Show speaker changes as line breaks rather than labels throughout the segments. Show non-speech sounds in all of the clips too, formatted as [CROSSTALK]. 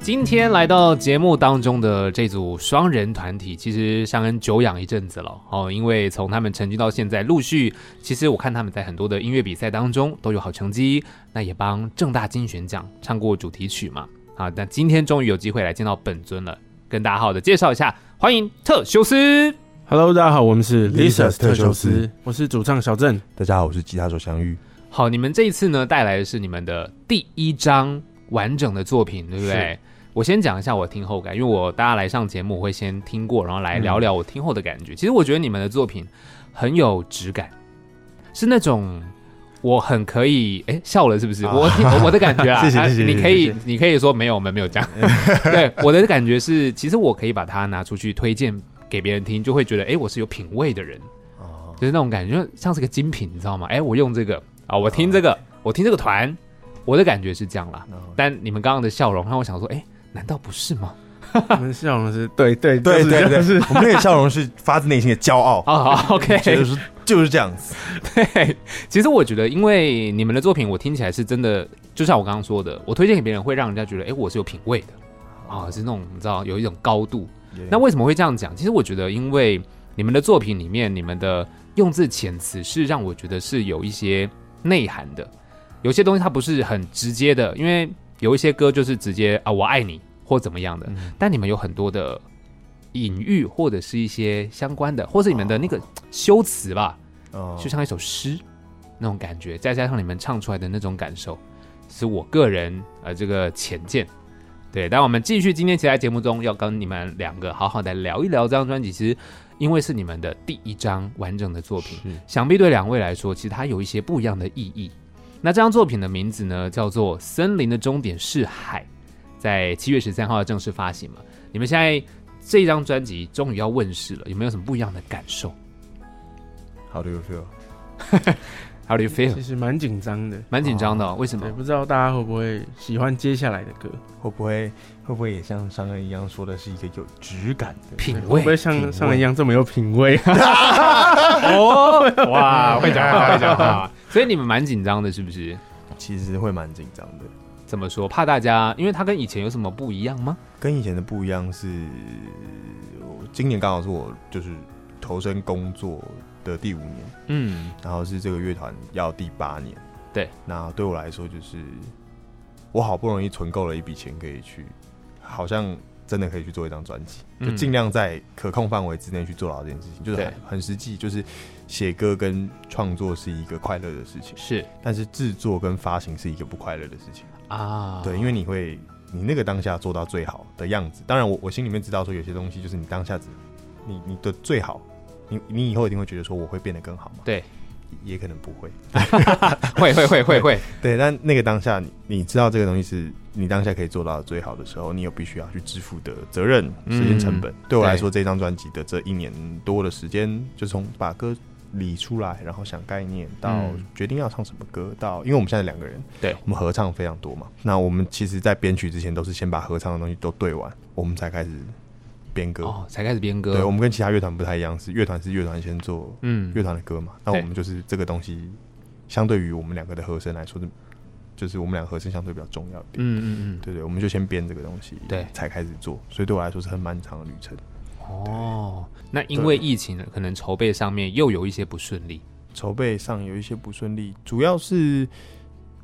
今天来到节目当中的这组双人团体，其实相恩久仰一阵子了哦，因为从他们成军到现在，陆续其实我看他们在很多的音乐比赛当中都有好成绩，那也帮正大金选奖唱过主题曲嘛。啊，那今天终于有机会来见到本尊了，跟大家好好的介绍一下，欢迎特修斯。
Hello，大家好，我们是
Lisa
Lisa's 特修
特修
斯，我是主唱小 [LAUGHS] 郑。
大家好，我是吉他手相遇。
好，你们这一次呢带来的是你们的第一张完整的作品，对不对
是？
我先讲一下我听后感，因为我大家来上节目，我会先听过，然后
嗯
来聊聊我听后的感觉。其实我觉得你们的作品很有质感，是那种我很可以哎笑了，是不是？
啊
我我我的感觉
[LAUGHS]
啊，
谢谢
啊
谢谢
你可
谢
以你可以说没有，我们没有
[LAUGHS]
这样。对，我的感觉是，其实我可以把它拿出去推荐给别人听，就会觉得哎，诶我是有品味的人。
哦，
就是那种感觉，就像是个精品，你知道吗？哎，我用这个啊，我听这个，我听这个团，我的感觉是这样
哦
啦。但你们刚刚的笑容让我想说，哎，难道不是吗？
我们笑容是对对
对对对，
就是
我们那个笑容是发自内心的骄
[LAUGHS]
傲，
啊、o
觉
k
得是哦 [LAUGHS] 就是这样子。
对。其实我觉得，因为你们的作品，我听起来是真的，就像我刚刚说的，我推荐给别人会让人家觉得，哎，我是有品味的
哦
啊，是那种你知道有一种高度。那为什么会这样讲？其实我觉得，因为你们的作品里面，你们的用字遣词是让我觉得是有一些内涵的，有些东西它不是很直接的，因为有一些歌就是直接啊我爱你或怎么样
嗯
的，但你们有很多的隐喻或者是一些相关的，或是你们的那个修辞吧，
哦
就像一首诗那种感觉，再加上你们唱出来的那种感受，是我个人呃这个浅见。对，但我们继续今天其他节目中要跟你们两个好好的聊一聊这张专辑。其实，因为是你们的第一张完整的作品， [LAUGHS] 想必对两位来说，其实它有一些不一样的意义。那这张作品的名字呢，叫做《森林的终点是海》，在七月十三号正式发行嘛。你们现在这张专辑终于要问世了，有没有什么不一样的感受
好 o w do you feel？
？How do you feel？
其实蛮紧张的，
蛮紧张的、哦，为什么
也？不知道大家会不会喜欢接下来的歌，
会不会会不会也像上恩一样说的是一个有质感的？
品
会不会
味
品味
像上人一样这么有品 [LAUGHS] 味？
哦， [LAUGHS] 哇，会讲话，会讲话， [LAUGHS] 所以你们蛮紧张的，是不是？
其实会蛮紧张的，
怎么说？怕大家，因为它跟以前有什么不一样吗？
跟以前的不一样是，我今年刚好是我就是投身工作的第五年，
嗯，
然后是这个乐团要第八年。
对，
那对我来说就是，我好不容易存够了一笔钱，可以去，好像真的可以去做一张专辑，
嗯
就尽量在可控范围之内去做到这件事情，就是很
对
很实际，就是写歌跟创作是一个快乐的事情，
是
但是制作跟发行是一个不快乐的事情。
啊，
对，因为你会。你那个当下做到最好的样子，当然我我心里面知道说有些东西就是你当下只，你你的最好，你你以后一定会觉得说我会变得更好嘛，
对，
也可能不会，
[LAUGHS] 会会会会会，
对，但那个当下你，你知道这个东西是你当下可以做到的最好的时候，你有必须要去支付的责任、
嗯
时间成本。对我来说，这张专辑的这一年多的时间，就从把歌理出来，然后想概念，到
嗯
决定要唱什么歌，到因为我们现在两个人，
对
我们合唱非常多嘛。那我们其实，在编曲之前，都是先把合唱的东西都对完，我们才开始编歌。
哦，才开始编
对，我
歌，
们跟其他乐团不太一样，是乐团是乐团先做
嗯
乐，团的歌嘛，那
对
我们就是这个东西，相对于我们两个的和声来说，是就是我们两个和声相对比较重要一点。
嗯嗯
对对，我们就先编这个东西，
对
才开始做，所以对我来说是很漫长的旅程。
嗯，哦，那因为疫情，可能筹备上面又有一些不顺利，
筹备上有一些不顺利，主要是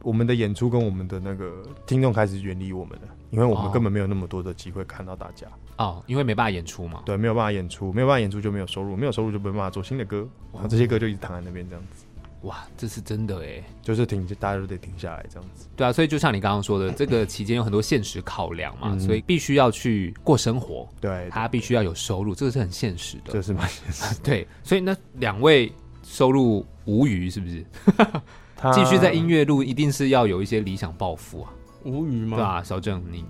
我们的演出跟我们的那个听众开始远离我们了，因为我
哦
们根本没有那么多的机会看到大家。
哦，因为没办法演出嘛，
对，没有办法演出，没有办法演出就没有收入，没有收入就没办法做新的歌，然后这些歌就一直躺在那边这样子，
哇，这是真的哎，
就是停，大家都得停下来这样子。
对啊，所以就像你刚刚说的，这个期间有很多现实考量嘛，
嗯
所以必须要去过生活，
对，
他必须要有收入，这个是很现实的
这。是蛮
对，所以那两位收入无余，是不是？
啊
他
继续在音乐路，一定是要有一些理想抱负啊，
无语
对
吗？
吧、小郑，你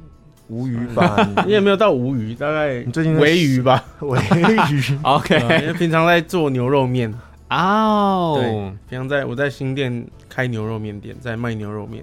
无语
[LAUGHS]
版，
你也没有到无语，大概
你最近在
微
[LAUGHS]
语吧。
微语
OK
[LAUGHS] 对啊因为平常在做牛肉面，
[LAUGHS] 哦
对平常在我在新店开牛肉面店，在卖牛肉面。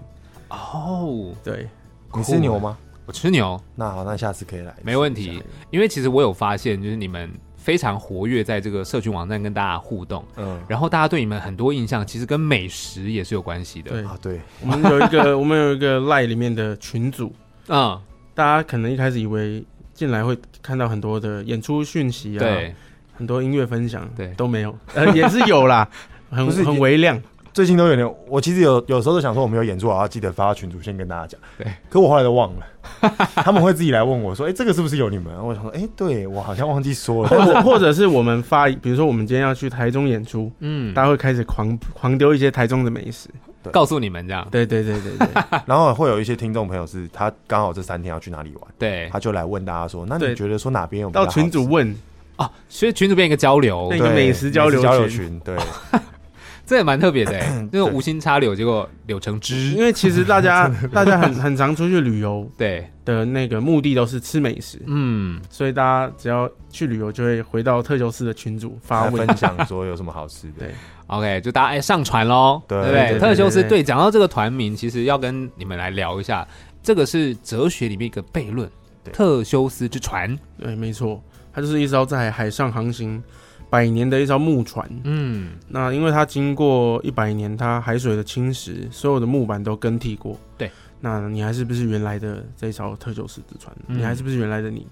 哦，
对，
你是牛吗？
我吃牛
[LAUGHS] 那好，那下次可以来。
没问题，因为其实我有发现，就是你们非常活跃在这个社群网站跟大家互动，
嗯，
然后大家对你们很多印象，其实跟美食也是有关系的。
对
啊对，
我们有一个我们有一个赖里面的群组，
嗯，
大家可能一开始以为进来会看到很多的演出讯息啊，，
对，
很多音乐分享，
对
都没有，呃，也是有
[LAUGHS]
啦，很
不是
很微
[LAUGHS]
量，
最近都有点，我其实有有时候都想说我没有演出啊，记得发群主先跟大家讲。
对，
可我后来都忘
[LAUGHS]
了，他们会自己来问我说：“哎、这个是不是有你们？”我想说：“哎、对我好像忘记说了。
或者或者 [LAUGHS] 是我们发，比如说我们今天要去台中演出，
嗯，
大家会开始狂狂丢一些台中的美食，
嗯
告诉你们这样，
对对对
[LAUGHS]
对对，”
[LAUGHS] 然后会有一些听众朋友是他刚好这三天要去哪里玩，
对
他就来问大家说：“那你
对
觉得说哪边有比较
到
好吃
群主问，
啊，所以群主变一个交流
那，
对
一个美食交流
美交流
群
群？”对，
这也蛮特别
[COUGHS]
的欸，那种无心插柳，结果柳成
因
枝，
为其实大
[LAUGHS]
家大家很很常出去旅游
对，
的那个目的都是吃美食，
嗯，
所以大家只要去旅游就会回到特修斯的群主 [LAUGHS] 发
他
问，
分享说有什么好吃的。
对
OK，就大家哎上船喽，
对
不
对对
特修斯
对对
对，讲到这个团名，其实要跟你们来聊一下，这个是哲学里面一个悖论，
对？
特修斯之船，
对，没错，它就是一艘在海上航行百年的一艘木船。
嗯，
那因为它经过一百年，它海水的侵蚀，所有的木板都更替过。
对，
那你还是不是原来的这一艘特修斯之船？
嗯
你还是不是原来的你？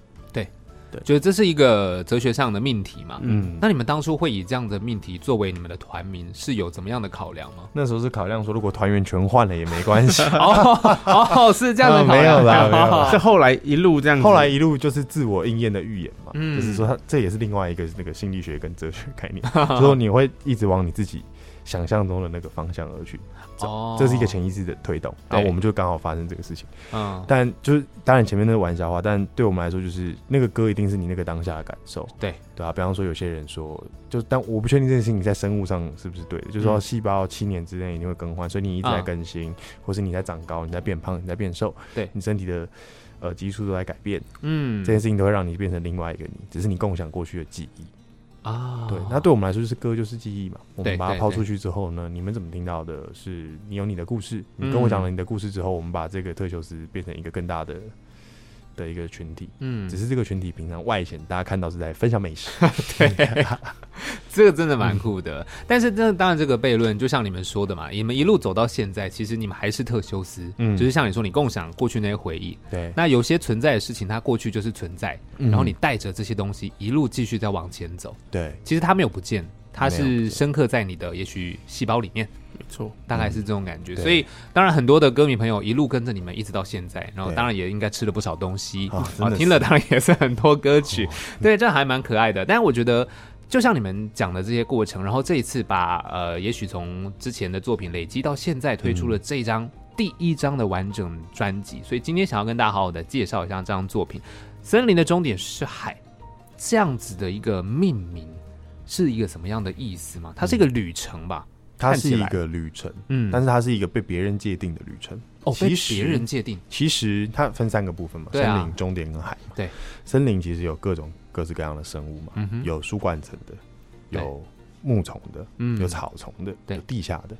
就是这是一个哲学上的命题嘛。
嗯，
那你们当初会以这样的命题作为你们的团名，是有怎么样的考量吗
[LAUGHS] 那时候是考量说，如果团员全换了也没
[LAUGHS]
关系。
哦哦，是这样的
啊
考量，
没有啦没有
[LAUGHS]
啦
是后来一路这样子，
后来一路就是自我应验的预言嘛，
嗯
就是说它这也是另外一个那个心理学跟哲学
[LAUGHS]
概念，就是说你会一直往你自己想象中的那个方向而去，
哦
这是一个潜意识的推动。
对
然后我们就刚好发生这个事情，
嗯，
但就是当然前面那个玩笑话，但对我们来说就是那个歌一定是你那个当下的感受，
对
对啊，比方说有些人说，就但我不确定这件事情在生物上是不是对的，就是说
嗯
细胞七年之内一定会更换，所以你一直在
啊
更新，或是你在长高，你在变胖，你在变瘦，
对
你身体的呃激素都在改变。
嗯
这件事情都会让你变成另外一个你，只是你共享过去的记忆。
啊，
对，那对我们来说就是歌就是记忆嘛。我
对
们把它
对
抛
对嗯
出去之后呢，你们怎么听到的是你有你的故事，你跟我讲了你的故事之后，我们把这个特修斯变成一个更大的的一个群体。
嗯
只，是这个群体平常外显，大家看到是在分
[LAUGHS]
享美食，
这个真的
嗯
蛮酷的。但是，这当然这个悖论，就像你们说的嘛，你们一路走到现在，其实你们还是特修斯，
嗯
就是像你说，你共享过去那些回忆。
[LAUGHS] 对，
那有些存在的事情，它过去就是存在，
嗯
然后你带着这些东西一路继续再往前走，
对
其实它没有不见，它
没有不
是
见
深刻在你的也许细胞里面。
没错，
大概是这种感觉，
对
所以当然很多的歌迷朋友一路跟着你们一直到现在，然后
对
当然也应该吃了不少东西，
啊真
啊，
的哦
听了当然也是很多歌曲，对，这还蛮可爱的。但我觉得，就像你们讲的这些过程，然后这一次把呃，也许从之前的作品累积到现在，推出
嗯
了这一张、第一张的完整专辑，所以今天想要跟大家好好的介绍一下这张作品《森林的终点是海》这样子的一个命名。是一个什么样的意思吗？它是一个旅程吧，
它
看
是
起
一
来
个旅程，
嗯，
但是它是一个被别人界定的旅程。
哦，被
其实
别人界定，
其实它分三个部分嘛，
对啊
森林、终点跟海嘛。
对，
森林其实有各种各式各样的生物嘛，
嗯哼，
有树冠层的，
对
有木虫的，
嗯
有草丛的，
对
有地下的。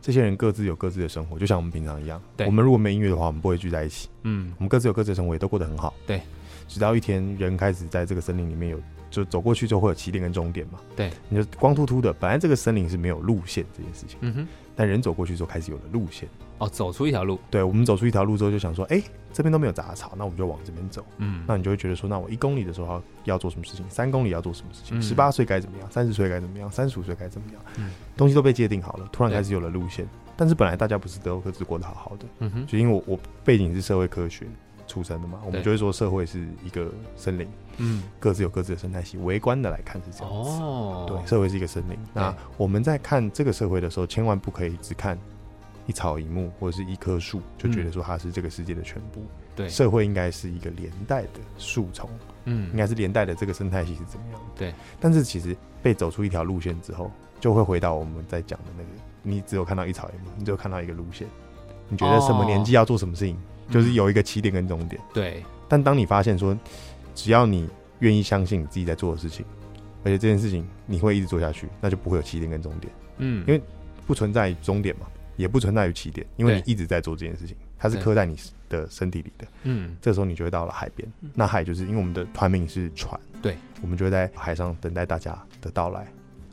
这些人各自有各自的生活，就像我们平常一样。
对
我们如果没音乐的话，我们不会聚在一起。
嗯
我们各自有各自的生活，也都过得很好。
对，
直到一天人开始在这个森林里面有，就走过去就会有起点跟终点嘛。
对，
你就光秃秃的，本来这个森林是没有路线这件事情，
嗯哼，
但人走过去之后开始有了路线。
哦，走出一条路，
对，我们走出一条路之后就想说，哎、这边都没有杂草，那我们就往这边走。
嗯，
那你就会觉得说，那我一公里的时候要要做什么事情，三公里要做什么事情，
嗯
十八岁该怎么样，三十岁该怎么样，三十五岁该怎么样，
嗯
东西都被界定好了，突然开始有了路线。但是本来大家不是都各自过得好好的，
嗯哼，
就因为我我背景是社会科学出身的嘛，我们就会说社会是一个森林，
嗯，
各自有各自的生态系，围观的来看是这样子。
哦，
对，社会是一个森林。那我们在看这个社会的时候，千万不可以只看一草一木或者是一棵树，就觉得说它是这个世界的全部。
嗯对
社会应该是一个连带的树丛，应
嗯，
该是连带的这个生态系是怎么样的。
对，
但是其实被走出一条路线之后，就会回到我们在讲的那个，你只有看到一草一木，你只有看到一个路线，你觉得什
哦
么年纪要做什么事情，就是有一个起点跟终点。
对，
但当你发现说，只要你愿意相信你自己在做的事情，而且这件事情你会一直做下去，那就不会有起点跟终点，
嗯，
因为不存在于终点嘛，也不存在于起点，因为
对
你一直在做这件事情，它是
对
刻在你的身体里的。
嗯，
这时候你就会到了海边，那海就是因为我们的团名是船，
对，
我们就会在海上等待大家的到来。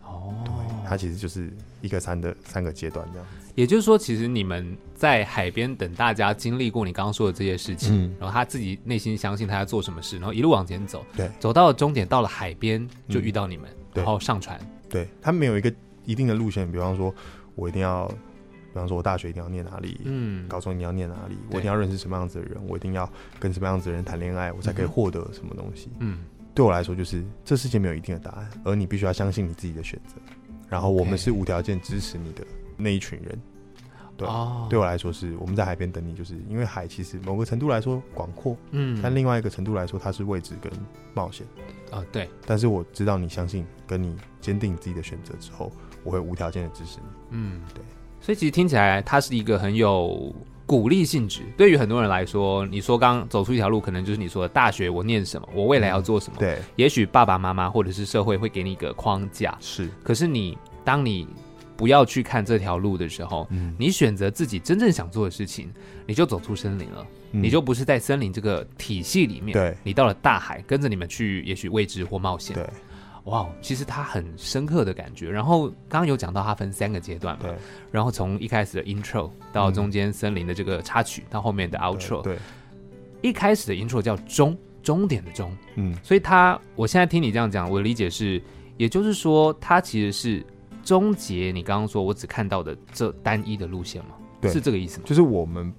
哦，
对，它其实就是一个山的三个阶段这样子。
也就是说，其实你们在海边等大家经历过你刚刚说的这些事情，
嗯
然后他自己内心相信他要做什么事，然后一路往前走，
对嗯
走到终点，到了海边就遇到你们，
对
然后上船，
对，他没有一个一定的路线，比方说我一定要，比方说我大学一定要念哪里，
嗯，
高中一定要念哪里，我
对
一定要认识什么样子的人，我一定要跟什么样子的人谈恋爱，我才可以
嗯哼
获得什么东西。
嗯，
对我来说，就是这世界没有一定的答案，而你必须要相信你自己的选择。然后我们
OK
是无条件支持你的那一群人。对
哦，
对，我来说是，我们在海边等你，就是因为海其实某个程度来说广阔，
嗯，
但另外一个程度来说它是未知跟冒险。
啊，对，
但是我知道你相信，跟你坚定自己的选择之后，我会无条件的支持你。
嗯，
对。
所以其实听起来，它是一个很有鼓励性质。对于很多人来说，你说刚走出一条路，可能就是你说的大学我念什么，我未来要做什么。，
嗯对，
也许爸爸妈妈或者是社会会给你一个框架，
是，
可是你当你不要去看这条路的时候，
嗯，
你选择自己真正想做的事情，你就走出森林了，你就不是在森林这个体系里面。。
嗯对
你到了大海，跟着你们去，也许未知或冒险。
对
哇，其实它很深刻的感觉。然后刚刚有讲到它分三个阶段嘛，
对，
然后从一开始的 intro 到中间森林的这个插曲，到后面的 outro，
嗯对，
一开始的 intro 叫终，终点的终，
嗯，
所以它，我现在听你这样讲，我的理解是，也就是说，它其实是终结你刚刚说我只看到的这单一的路线吗？
对
是这个意思吗？
就是我们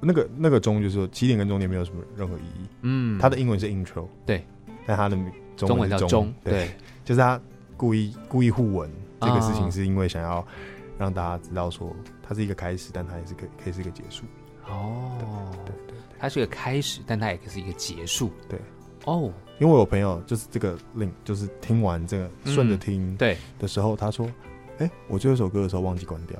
那个那个钟，就是说起点跟终点没有什么任何意义。
嗯，
它的英文是 intro，
对，
但它的中
中文
文
叫
是
终，
对，，就是他故意故意互文这个事
啊
情，是因为想要让大家知道说它是一个开始，但它也是可以可以是一个结束。
哦，
对对对。
它是一个开始，但它也是一个结束，
对，
哦，
因为我有朋友就是这个 link，就是听完这个
嗯
顺着听
对，
的时候，他说：“哎、我最后一首歌的时候忘记关掉。”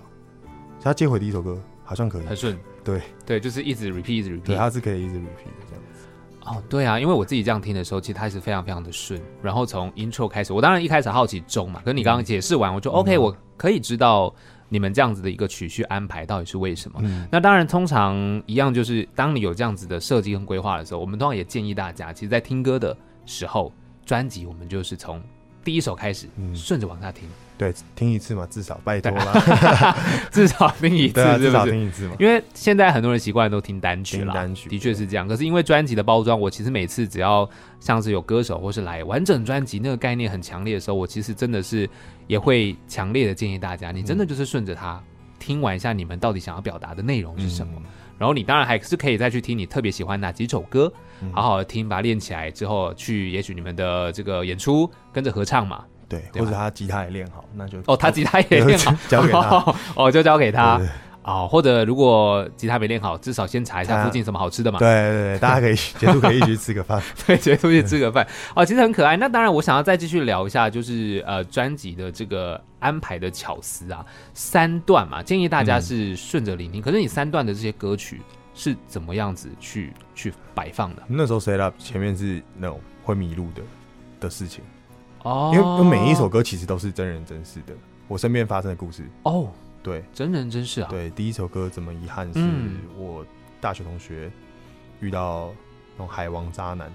所以他接回第一首歌好像可以，
很顺，
对
对，就是一直 repeat，一直 repeat，
对，他是可以一直 repeat 的这样子。
哦，对啊，因为我自己这样听的时候，其实它是非常非常的顺。然后从 intro 开始，我当然一开始好奇中嘛，可是你刚刚解释完，我就、OK，我
嗯
可以知道你们这样子的一个曲序安排到底是为什么。
嗯，
那当然，通常一样就是，当你有这样子的设计跟规划的时候，我们通常也建议大家，其实，在听歌的时候，专辑我们就是从第一首开始，
嗯
顺着往下听，
对，听一次嘛，至少拜托啦， [LAUGHS]
至少听 [LAUGHS] 一次，
对啊，
是
至
不
少
是？
听一次嘛。
因为现在很多人习惯都听单曲啦，
听单曲
的确是这样。可是因为专辑的包装，我其实每次只要像是有歌手或是来完整专辑那个概念很强烈的时候，我其实真的是也会强烈的建议大家，你真
嗯
的就是顺着它听完一下你们到底想要表达的内容是什
嗯
么。然后你当然还是可以再去听你特别喜欢哪几首歌，
嗯
好好的听，把它练起来之后，去也许你们的这个演出跟着合唱嘛。
对，
对吧啊
或者他吉他也练好，那就
哦，他吉他也练好，
[LAUGHS] 交给他，
哦， [LAUGHS] 哦就交给他。
对
哦，或者如果吉他没练好，至少先查一下
查
附近什么好吃的嘛。
对对对，大家可以 [LAUGHS] 结束可以一起去吃个饭。
[LAUGHS] 对，直接出去吃个
嗯
饭。哦，其实很可爱。那当然，我想要再继续聊一下，就是呃，专辑的这个安排的巧思啊，三段嘛，建议大家是顺着聆听。可是你三段的这些歌曲是怎么样子去去摆放的？
那时候 set up 前面是那种会迷路的的事情，
哦
因为每一首歌其实都是真人真事的，我身边发生的故事。
哦，
对
真人真事啊，
对，第一首歌怎么遗憾是
嗯
我大学同学遇到那种海王渣男，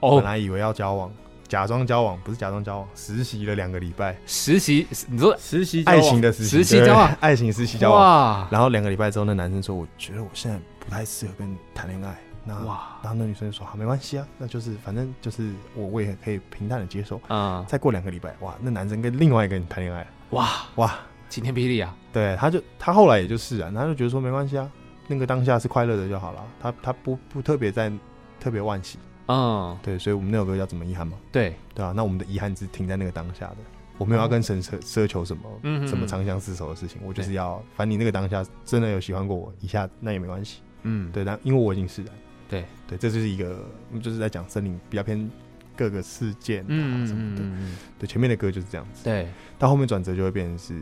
本
哦，
来以为要交往，假装交往不是假装交往，实习了两个礼拜，
实习，你说
实习交往
爱 [LAUGHS] 情的实习
实习交往
对爱情实习交往，
哇
然后两个礼拜之后，那男生说：“我觉得我现在不太适合跟你谈恋爱。”那
哇，
然后那女生就说：“好，没关系啊，那就是反正就是我我也可以平淡的接受。”
嗯，
再过两个礼拜，哇，那男生跟另外一个人谈恋爱了，
哇，
哇，
晴天霹雳啊，
对，他就他后来也就释然，他就觉得说没关系啊，那个当下是快乐的就好了，啊他他不不特别在特别惋惜，
嗯，
对，所以我们那首歌叫怎么遗憾嘛，
对，
对啊，那我们的遗憾是停在那个当下的，我没有要跟神奢奢求什么。
嗯
什么长相厮守的事情，我就是要，反正你那个当下真的有喜欢过我一下，那也没关系。
嗯，
对，但因为我已经释然。
对
对，这就是一个就是在讲森林比较偏各个事件啊
嗯，嗯
什么
嗯
的。
嗯嗯，
对，前面的歌就是这样子，
对，
到后面转折就会变成是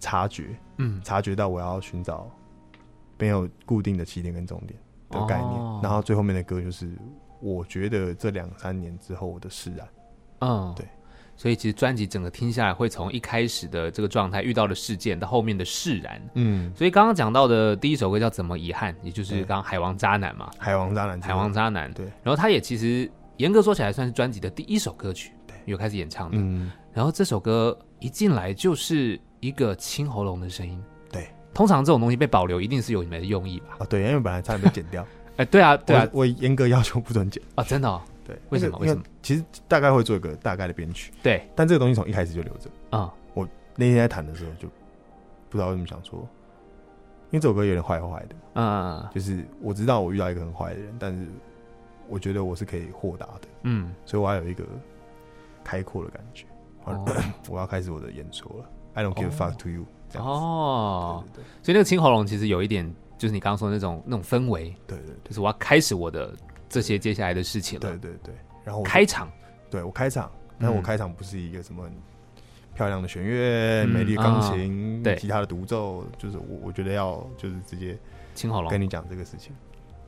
察觉，
嗯
察觉到我要寻找没有固定的起点跟终点的概念，
哦
然后最后面的歌就是我觉得这两三年之后我的释然，
嗯，
对。
所以其实专辑整个听下来，会从一开始的这个状态遇到的事件，到后面的释然。
嗯，
所以刚刚讲到的第一首歌叫《怎么遗憾》，也就是
对
刚刚海王渣男嘛，
海王渣男，
海王，渣男。
对
然后他也其实严格说起来，算是专辑的第一首歌曲，
对
有开始演唱的。
嗯，
然后这首歌一进来就是一个清喉咙的声音，
对，
通常这种东西被保留，一定是有你们的用意吧？
啊，对，因为本来差点被剪掉，
哎，对啊， [LAUGHS] 对啊，
我我严格要求不准剪。
啊，真的哦，
对，
为什么
因因
为什么
其实大概会做一个大概的编曲，
对，
但这个东西从一开始就留着。
啊，
那天在谈的时候就不知道为什么想说，因为这首歌有点坏坏的，
嗯
就是我知道我遇到一个很坏的人，但是我觉得我是可以豁达的，
嗯，
所以我要有一个开阔的感觉。
哦
[COUGHS] 我要开始我的演说了，I don't give a
哦
fuck to you，这样子。
哦，
对
所以那个青喉咙其实有一点，就是你刚刚说的那种那种氛围，
对对
就是我要开始我的这些接下来的事情了
对对，对对。然后我
开场，
对我开场，但我
嗯
开场不是一个什么很漂亮的弦乐、
嗯
美丽的钢琴、
啊对
吉他的独奏，就是我我觉得要就是直接
青喉咙
跟你讲这个
[LAUGHS]
事情。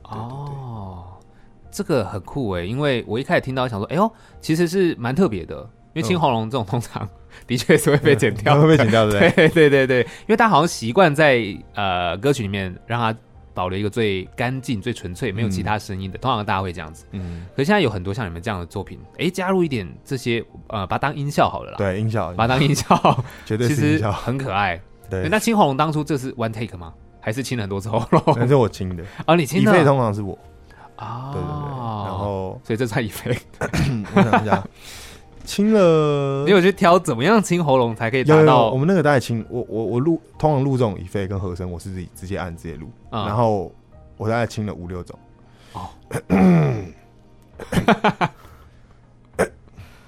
对对对
哦，这个很酷哎，因为我一开始听到想说，哎呦，其实是蛮特别的，因为青喉咙这种通常的确是会被剪掉的，
[LAUGHS] 会被剪掉，对不
[LAUGHS]
对？
对对对对，因为大家好像习惯在呃歌曲里面让它保留一个最干净、最纯粹、没有其他声音的，通常大家会这样子。
嗯，
[LAUGHS] 可是现在有很多像你们这样的作品，哎，加入一点这些呃，把它当音效好了啦，
对，音效
把它当音效，
绝对
其
是音
实
效。
很可爱。
对，
那青喉咙当初这是 one take 吗？还是清了很多次喉 [LAUGHS]
那
咙？
是我亲的，
啊，哦你清
一费
的
通常是我，
啊
对对对。然后
所以这算一飞。
嗯我想
[LAUGHS]
一下，亲了
你。有去挑怎么样清喉咙才可以
有
达
有有，
到
我？们那个大概亲，我我我录，通常录这种以费跟和声，我是自己直接按直接录，
嗯
然后我大概亲了五六种。
哦
[COUGHS]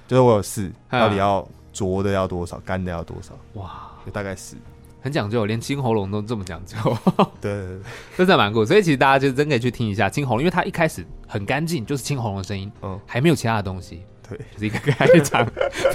就是我有试，
嗯
到底要浊的要多少，干的要多少，
哇，
就大概是。
很讲究，连清喉咙都这么讲究， [LAUGHS]
对对对对，
真的蛮酷。所以其实大家就真可以去听一下清喉咙，因为它一开始很干净，就是清喉咙的声音，
嗯，
还没有其他的东西，
对，
就是一个开场，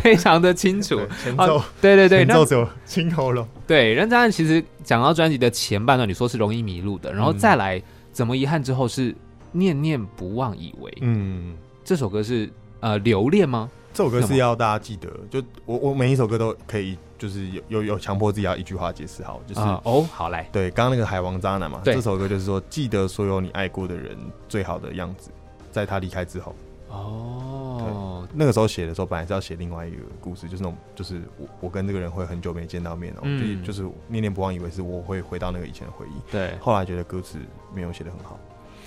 非常的清楚。
对前
啊
奏，
[LAUGHS] 对对对，
前
那
奏只有清喉咙。
对，任家其实讲到专辑的前半段，你说是容易迷路的，然后
嗯
再来怎么遗憾之后是念念不忘以为，
嗯，
这首歌是呃留恋吗？
这首歌
什
是
么
要大家记得，就我我每一首歌都可以，就是有有有强迫自己要一句话解释好，就是
啊哦，好来，
对，刚刚那个海王渣男嘛，
对
这首歌就是说，记得所有你爱过的人最好的样子，在他离开之后，
哦，
那个时候写的时候，本来是要写另外一个故事，就是那种，就是我我跟这个人会很久没见到面哦、
嗯
就是就是念念不忘，以为是我会回到那个以前的回忆，
对，
后来觉得歌词没有写的很好，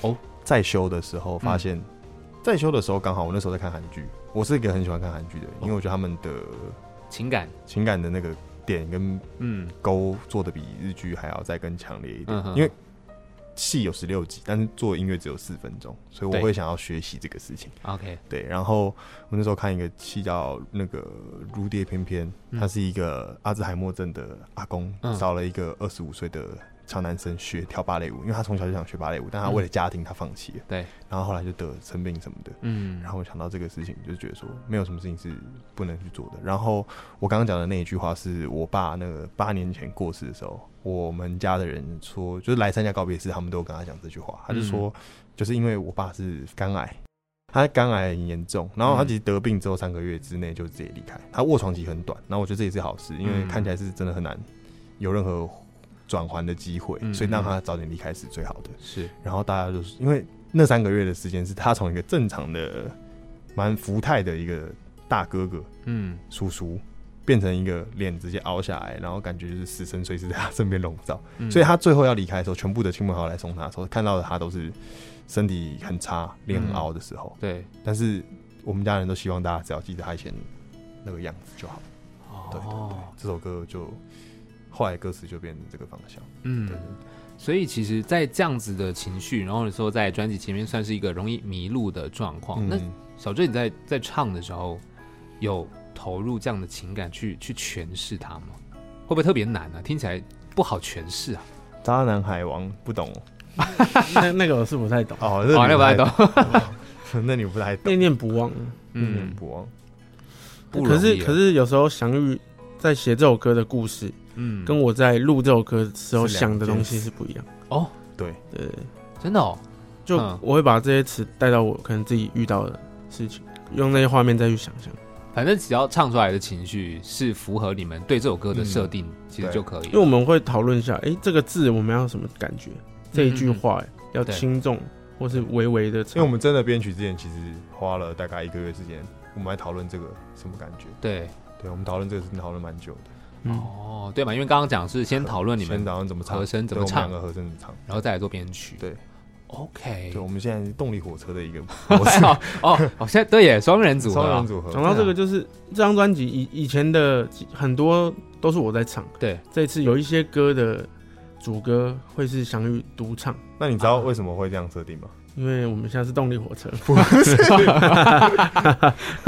哦，嗯
在修的时候发现，在修的时候刚好我那时候在看韩剧，我是一个很喜欢看韩剧的
哦
人，因为我觉得他们的
情感，
情感的那个点跟
嗯。
勾做的比日剧还要再更强烈一点，
嗯哼
因为戏有十六集，但是做音乐只有四分钟，所以
对
我会想要学习这个事情。
OK，
对，然后我那时候看一个戏叫那个《如蝶翩翩》，
嗯
他是一个阿兹海默症的阿公
嗯
找了一个二十五岁的小男生学跳芭蕾舞，因为他从小就想学芭蕾舞，但他为了家庭他放弃了，
对，
然后后来就得生病什么的。
嗯，
然后我想到这个事情，就觉得说没有什么事情是不能去做的。然后我刚刚讲的那一句话，是我爸那个八年前过世的时候，我们家的人说，就是来参加告别式，他们都有跟他讲这句话。他就说，
嗯
就是因为我爸是肝癌，他肝癌很严重，然后他
嗯
其实得病之后三个月之内就直接离开，他卧床期很短。然后我觉得这也是好事，因为
嗯
看起来是真的很难有任何转还的机会，
嗯
所以让
嗯
他早点离开是最好的。
是
然后大家就是因为那三个月的时间是他从一个正常的、蛮福态的一个大哥哥
嗯
叔叔，变成一个脸直接凹下来，然后感觉就是死神随时在他身边笼罩。
嗯
所以他最后要离开的时候，全部的亲朋好友来送他的时候，看到的他都是身体很差、脸很凹的时候。
对，
但是我们家人都希望大家只要记得他以前那个样子就好。对对对，
哦，
这首歌就后来歌词就变成这个方向。
嗯，所以其实，在这样子的情绪，然后你说在专辑前面算是一个容易迷路的状况。那
嗯
小郑你在在唱的时候，有投入这样的情感去去诠释它吗？会不会特别难啊？听起来不好诠释啊。
渣男海王不懂
那那个我是不太懂。
哦，
好，那不太懂。
[LAUGHS] 那你不太懂，
念念不忘，
嗯，
不忘。
不
可是
容易啊
可是有时候祥玉在写这首歌的故事，
嗯，
跟我在录这首歌的时候
是两
想的
件
东西
事
是不一样。
哦，
对
对，
真的哦，
就
嗯
我会把这些词带到我可能自己遇到的事情，用那些画面再去想象。
反正只要唱出来的情绪是符合你们对这首歌的设定，其实
嗯对
就可以
因为
了。
我们会讨论一下，诶，这个字我们要什么感觉？这一句话、诶要
对
轻重或是微微的，
因为我们真的编曲之前，其实花了大概一个月时间，我们来讨论这个什么感觉。
对，
对，我们讨论这个事情讨论蛮久的。
嗯，
哦，对嘛，因为刚刚讲是先讨论你
先
们，
导怎么唱
和声怎
对
么
我们
唱
两个和声怎么唱。
然后再来做编曲。
对
，OK，
对，我们现在是动力火车的一个模式， [LAUGHS]
哦哦，好像对耶，双 [LAUGHS] 人组合
双
啊
人，组合。 [LAUGHS]
讲到这个，就是这张专辑以以前的几很多都是我在唱，
对，
这次有一些歌的主歌会是翔宇独唱，
那你知道为什么会这样设定吗？
因为我们现在是动力火车，
[LAUGHS]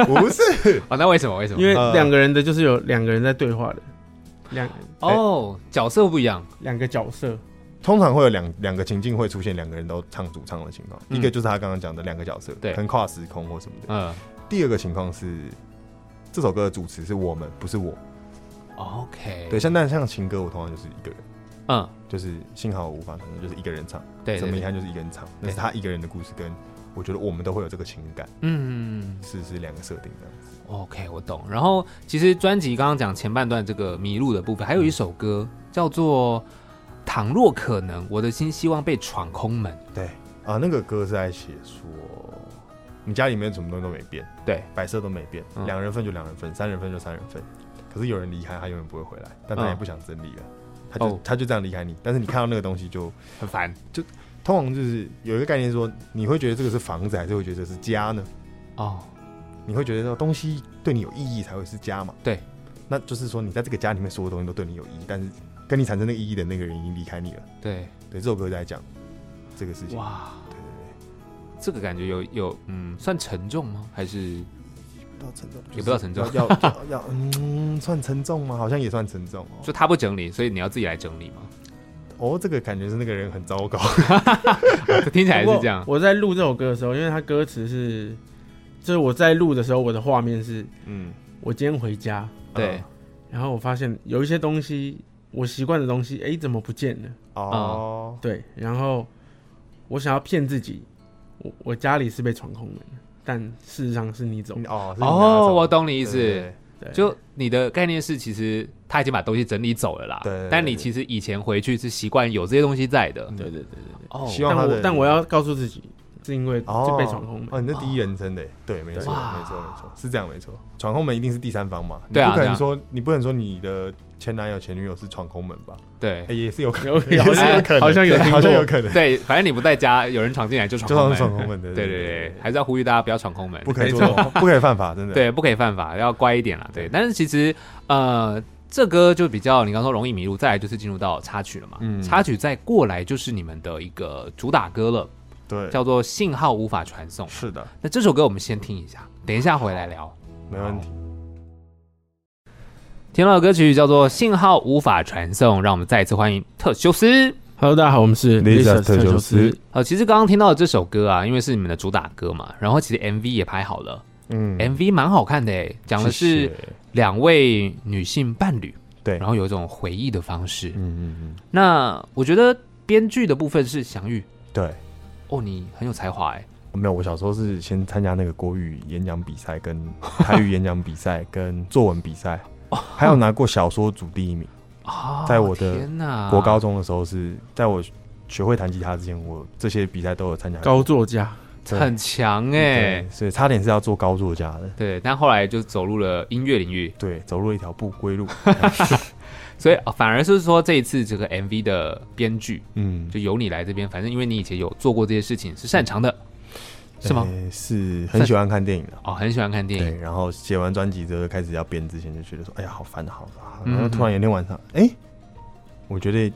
不是，
哦，那为什么？为什么？
因为
呃
两个人的就是有两个人在对话的，两
哎
哦，角色不一样，
两个角色，
通常会有两两个情境会出现两个人都唱主唱的情况，
嗯
一个就是他刚刚讲的两个角色，
对
可能跨时空或什么的。
嗯
第二个情况是这首歌的主词是我们，不是我。
，OK，
对，，像但像情歌，我通常就是一个人，
嗯，
就是幸好我无法可能就是一个人唱，
对，
怎
对
么遗
对
憾就是一个人唱，那是他一个人的故事，跟我觉得我们都会有这个情感，
嗯
是是两个设定这样子。
，OK，我懂。然后其实专辑刚刚讲前半段这个迷路的部分，还有一首歌叫做《倘若可能》，我的心希望被闯空门。
对啊，那个歌是在写说你家里面什么东西都没变，
对，
摆设都没变，
嗯
两人份就两人份，三人份就三人份，可是有人离开，他永远不会回来，但他也
嗯
不想整理了。他就、
哦
他就这样离开你，但是你看到那个东西就
很烦
通常就是有一个概念说，你会觉得这个是房子，还是会觉得这是家呢？
哦，
你会觉得这个东西对你有意义才会是家嘛？
对，
那就是说你在这个家里面所有东西都对你有意义，但是跟你产生那个意义的那个人已经离开你了。
对，
对，这首歌在讲这个事情。
哇，
对对
这个感觉有有嗯，算沉重吗？还是
对，不到沉重，
也不到沉重
要要要嗯，算沉重吗？好像也算沉重哦。
就他不整理，所以你要自己来整理吗？
哦，这个感觉是那个人很糟糕。
哦
[LAUGHS]
听起来是这样
不。过我在录这首歌的时候，因为它歌词是，就是我在录的时候，我的画面是
嗯，
我今天回家，
对，
然后我发现有一些东西，我习惯的东西，哎，怎么不见了？
哦，
对，然后我想要骗自己，我我家里是被闯空门的，但事实上是你走
你。哦是你拿
哦，
走
我懂你意
对
思。
对对
对，
就你的概念是，其实他已经把东西整理走了啦。
对嗯对对
但你其实以前回去是习惯有这些东西在的。
对对对对对。
哦
希望
但
他
我
的
但我要告诉自己，是因为
哦
是被闯空门。
哦，你是第一人称的耶，对，没错，
哇
没错，没错，是这样，没错。闯空门一定是第三方嘛？
对啊
你不可
对啊
能说你不能说你的前男友、前女友是闯空门吧？
对
哎，也是
[LAUGHS]
有可
[LAUGHS]
能，
有
也
好
是
像
有可能，
好像有
对
听
好像
过
有可能，
对，反正你不在家，有人闯进来就闯
就
空
算
门。
是闯空门
[LAUGHS]
的，
对对对，还是要呼吁大家不要闯空门，
不可
没
以做
错
这种，不可以犯法，真的。，
对，不可以犯法，要乖一点啦。对，但是其实呃，这歌就比较你刚说容易迷路，再来就是进入到插曲了嘛。
嗯
插曲再过来就是你们的一个主打歌了，
对，
叫做《信号无法传送》。
是的，
那这首歌我们先听一下，等一下回来聊。
没问题。
听到的歌曲叫做《信号无法传送》，让我们再一次欢迎特修斯。
Hello，大家好，我们是
Lisa
Lisa
特修斯
斯。
呃，其实刚刚听到的这首歌啊，因为是你们的主打歌嘛，然后其实 MV 也拍好了、
嗯
m v 蛮好看的诶，讲的
谢
是
谢
两位女性伴侣，
对
然后有一种回忆的方式。
嗯嗯嗯，
那我觉得编剧的部分是祥玉，
对。
哦，你很有才华哎，
没有，我小时候是先参加那个国语演讲比
[LAUGHS]
赛、跟台语演讲比赛、跟作文比赛，
哦
还有拿过小说组第一名。
啊、
在我的
天哪，
国高中的时候是在我学会弹吉他之前，我这些比赛都有参加过。
高作家，
对
很强
对
哎，，
所以差点是要做高作家的。
对，但后来就走入了音乐领域，
对，走入一条不
[LAUGHS]
归路。
所以、哦反而是说这一次这个 MV 的编剧
嗯，
就由你来这边，反正因为你以前有做过这些事情，是擅长的，是吗？
呃是很喜欢看电影的。
哦，很喜欢看电
对，
影，
然后写完专辑之后开始要编之前，就觉得说，哎呀，好烦，好烦。
嗯
然后突然有一天晚上，哎，我觉得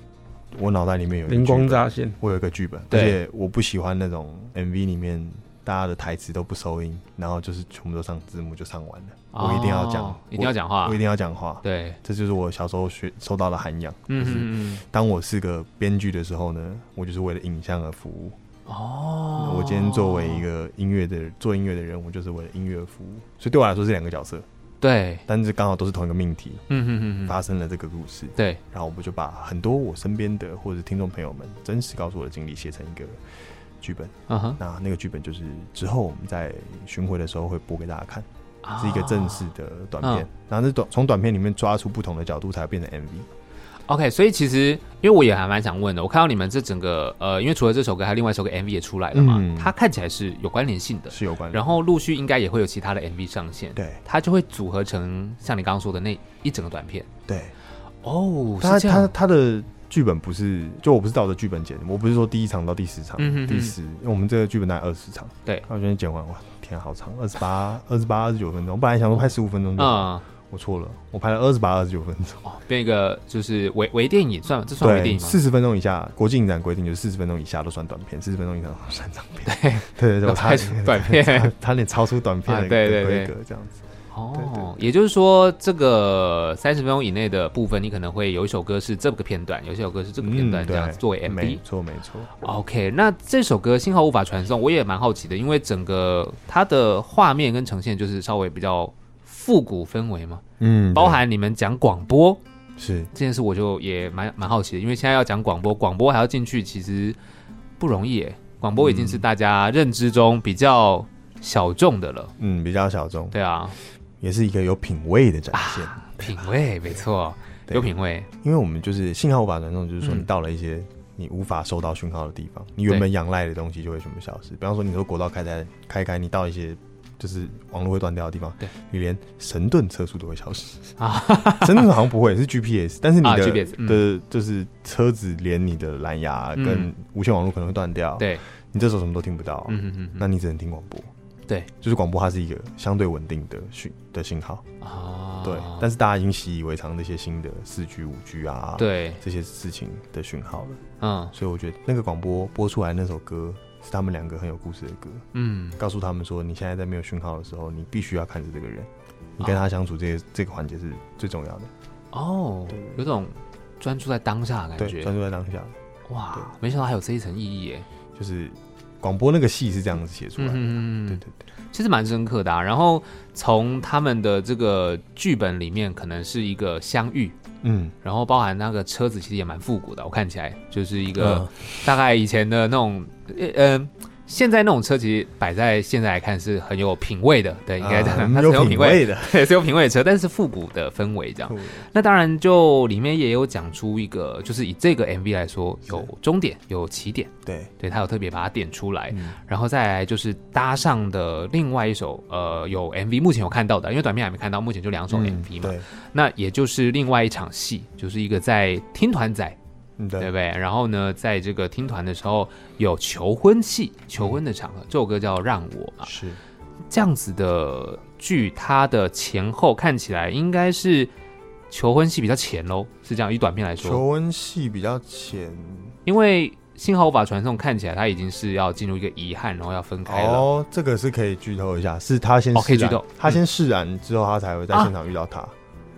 我脑袋里面有一个
灵光
剧本，
乍现。
我有一个剧本，而
对
且我不喜欢那种 MV 里面大家的台词都不收音，然后就是全部都上字幕就上完了。我一定要讲
哦，一定要讲话
我一，定要讲话。
对，
这就是我小时候学受到的涵养。
嗯
就是
嗯
当我是个编剧的时候呢，我就是为了影像而服务。
嗯，哦，
我今天作为一个音乐的做音乐的人，我就是为了音乐而服务。所以对我来说是两个角色，
对，
但是刚好都是同一个命题，
嗯嗯嗯嗯，
发生了这个故事。
对，
然后我们就把很多我身边的或者听众朋友们真实告诉我的经历写成一个剧本。
嗯哼，
那那个剧本就是之后我们在巡回的时候会播给大家看，
啊
是一个正式的短片
嗯。
然后那短从短片里面抓出不同的角度，才会变成 MV。
OK，所以其实因为我也还蛮想问的，我看到你们这整个呃，因为除了这首歌，还有另外一首歌 MV 也出来了嘛，
嗯
它看起来是有关联性的，
是有关的。
然后陆续应该也会有其他的 MV 上线，
对
它就会组合成像你刚刚说的那一整个短片。
对，
哦，
他
是这样
他他的剧本不是，就我不是照着剧本剪，我不是说第一场到第十场，
嗯哼哼
第十，因为我们这个剧本大概二十场，
对
那我觉得剪完，哇，天、啊，好长，二十八、二十八、二十九分钟，本来想说拍十五分钟就好，
啊、
我错了，我拍了二十八、二十九分钟，
哦，变一个就是微微电影，算这算微电
对，
影吗？
四十分钟以下，国际影展规定就是四十分钟以下都算短片，四十分钟以上都算长片， [LAUGHS] 对对对，
要
我
拍
差
出短片
差点超出短片
啊
的
对
的
对
规
对
格这样子，
哦
对，
也就是说，这个三十分钟以内的部分，你可能会有一首歌是这个片段，有一首歌是这个片段，这样
嗯对
子作为
没
MV。
错没错，
OK，那这首歌《信号无法传送》，我也蛮好奇的，因为整个它的画面跟呈现就是稍微比较复古氛围嘛，
嗯，
包含你们讲广播
对是
这件事，我就也蛮蛮好奇的，因为现在要讲广播，广播还要进去，其实不容易耶。广播已经
嗯
是大家认知中比较小众的了，
嗯比较小众，
对啊，
也是一个有品味的展现。
品味没错，
对
有品味，
因为我们就是信号无法传送，就是说
嗯
你到了一些你无法收到讯号的地方，你原本仰赖的东西就会全部消失。比方说，你说国道开开开开，你到一些就是网络会断掉的地方
对，
你连神盾车速都会消失
啊
[LAUGHS] 啊。神盾好像不会，是 GPS，但是你
啊
的
，GPS 嗯
的就是车子连你的蓝牙跟
嗯
无线网络可能会断掉，
对，
你这时候什么都听不到，
嗯嗯嗯
那你只能听广播。
对，
就是广播，它是一个相对稳定的讯的信号，
嗯，啊，
对。但是大家已经习以为常这些新的四 G、五 G 啊，
对，
这些事情的讯号了，
嗯
所以我觉得那个广播播出来那首歌是他们两个很有故事的歌，
嗯，
告诉他们说，你现在在没有讯号的时候，你必须要看着这个人，你跟他相处这些、这个环节是最重要的，
哦，有种专注在当下嗯的感
对，
觉，
专注在当下，
哇，没想到还有这一层意义耶，
就是广播那个戏是这样子写出来
嗯
的，
嗯嗯
对
嗯，
对对，
其实蛮深刻的啊。然后从他们的这个剧本里面，可能是一个相遇，
嗯，
然后包含那个车子其实也蛮复古的，我看起来就是一
嗯呃
个大概以前的那种，呃呃，现在那种车其实摆在现在来看是很有品味的，对，应该这样讲，
啊
它是很
有
有
品
品味，
味的，
[LAUGHS] 对，是有品味的车，但是复古的氛围这样。那当然，就里面也有讲出一个，就是以这个 MV 来说，
是
有终点，有起点，
对，
对他有特别把它点出来，
嗯
然后再来就是搭上的另外一首，呃，有 MV 目前有看到的，因为短片还没看到，目前就两首 MV 嘛。
嗯对，
那也就是另外一场戏，就是一个在听团仔，
嗯
对
对
不，对？然后呢，在这个听团的时候有求婚戏，求婚的场合，这首歌叫《让我》嘛。
是，
这样子的剧，它的前后看起来应该是求婚戏比较前喽，是这样。以短片来说，
求婚戏比较浅，
因为信号无法传送，看起来它已经是要进入一个遗憾，然后要分开了。
哦，这个是可以剧透一下，是他先
哦可以
释然
剧透
他先释然之后，他才会在
啊
现场遇到他，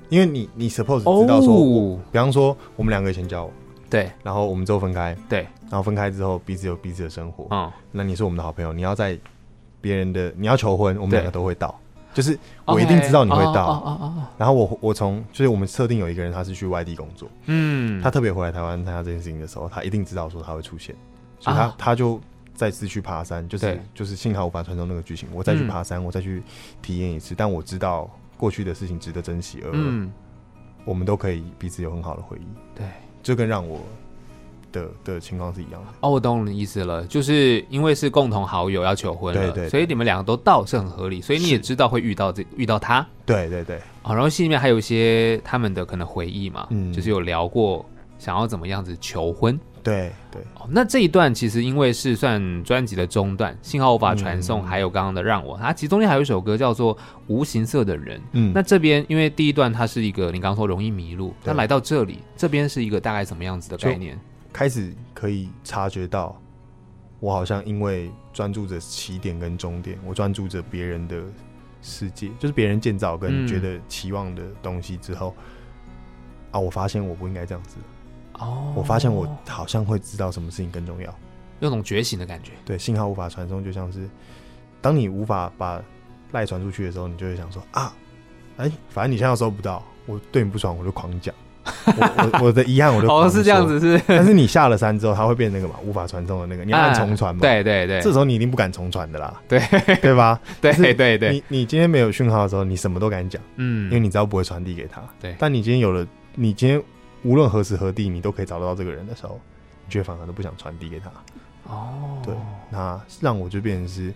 因为你你 suppose
哦
知道说，我比方说我们两个以前交往，
对
然后我们之后分开，
对，
然后分开之后彼此有彼此的生活，
嗯，
那你是我们的好朋友，你要在别人的你要求婚，我们
对
两个都会到，就是我一定知道你会
OK，
到
哦哦哦哦哦
然后我我从就是我们设定有一个人他是去外地工作，
嗯，
他特别回来台湾参加这件事情的时候，他一定知道说他会出现，所以他、
啊
他就再次去爬山，就是
对
就是幸好无法传送那个剧情，我再去
嗯
爬山，我再去体验一次，但我知道过去的事情值得珍惜，而
嗯，
我们都可以彼此有很好的回忆，
对。
这跟让我的的情况是一样的，
哦，我懂你意思了，就是因为是共同好友要求婚了，
对对对
所以你们两个都到是很合理，所以你也知道会遇到这遇到他，
对对对，
哦，然后戏里面还有一些他们的可能回忆嘛，
嗯
就是有聊过想要怎么样子求婚。
对对，
哦，那这一段其实因为是算专辑的中段，信号无法传送，
嗯
还有刚刚的让我，它其实中间还有一首歌叫做《无形色的人》。
嗯，
那这边因为第一段它是一个你刚刚说容易迷路，他
对
来到这里，这边是一个大概什么样子的概念？
开始可以察觉到。我好像因为专注着起点跟终点，我专注着别人的世界，就是别人建造
嗯
跟觉得期望的东西之后，啊，我发现我不应该这样子，
哦，
我发现我好像会知道什么事情更重要。
有种觉醒的感觉，
对，信号无法传送，就像是当你无法把赖传出去的时候，你就会想说啊，哎、反正你现在收不到，我对你不爽，我就狂讲，我我我的遗憾我
[LAUGHS]
就狂
哦，是这样
说。
子是，
但是你下了山之后，它会变那个嘛，无法传送的那个，你要按重传嘛。
啊对对对，
这时候你一定不敢重传的啦， [LAUGHS]
对 [LAUGHS]
对吧？
对对对，
你你今天没有讯号的时候，你什么都敢讲，
嗯
因为你知道不会传递给他。
对
但你今天有了，你今天无论何时何地，你都可以找得到这个人的时候，你却反而都不想传递给他。
哦，
对那让我就变成是，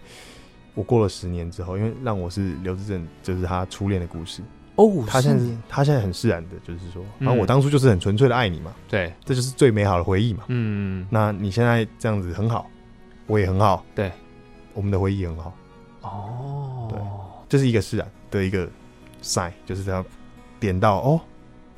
我过了十年之后，因为让我是刘志正，就是他初恋的故事，
哦，
他现在
是
他现在很释然的，就是说，
嗯
然后我当初就是很纯粹的爱你嘛，
对，
这就是最美好的回忆嘛。
嗯，
那你现在这样子很好，我也很好，
对，
我们的回忆很好，
哦，
这是一个释然的一个 sign，就是这样点到哦，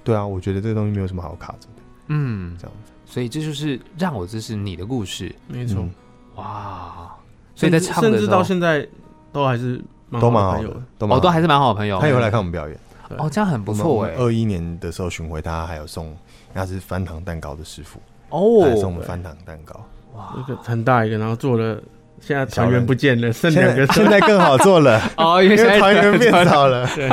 对啊，我觉得这个东西没有什么好卡着的，
嗯，
这样子，
所以这就是让我支持你的故事，
没错
嗯。
哇，所
甚
以在
至
唱
甚
的
至
时
到
候，
现在都还是蛮
都蛮
好的
好
朋友
的，都蛮
哦，
好
都嗯
的
还是蛮好的朋友，
他有来看我们表演，
对
哦，这样很不错哎，
二一年的时候巡回，他还有送，他是翻糖蛋糕的师傅，他还送我
哦，
们翻糖蛋
[LAUGHS]
糕。
哇
一个很大一个，然后做了，现在
小
团员
人
不见了，剩
现
两
在
个，
现在更好
[LAUGHS]
做了，
哦，因
因
为现在
为团员变少了
对。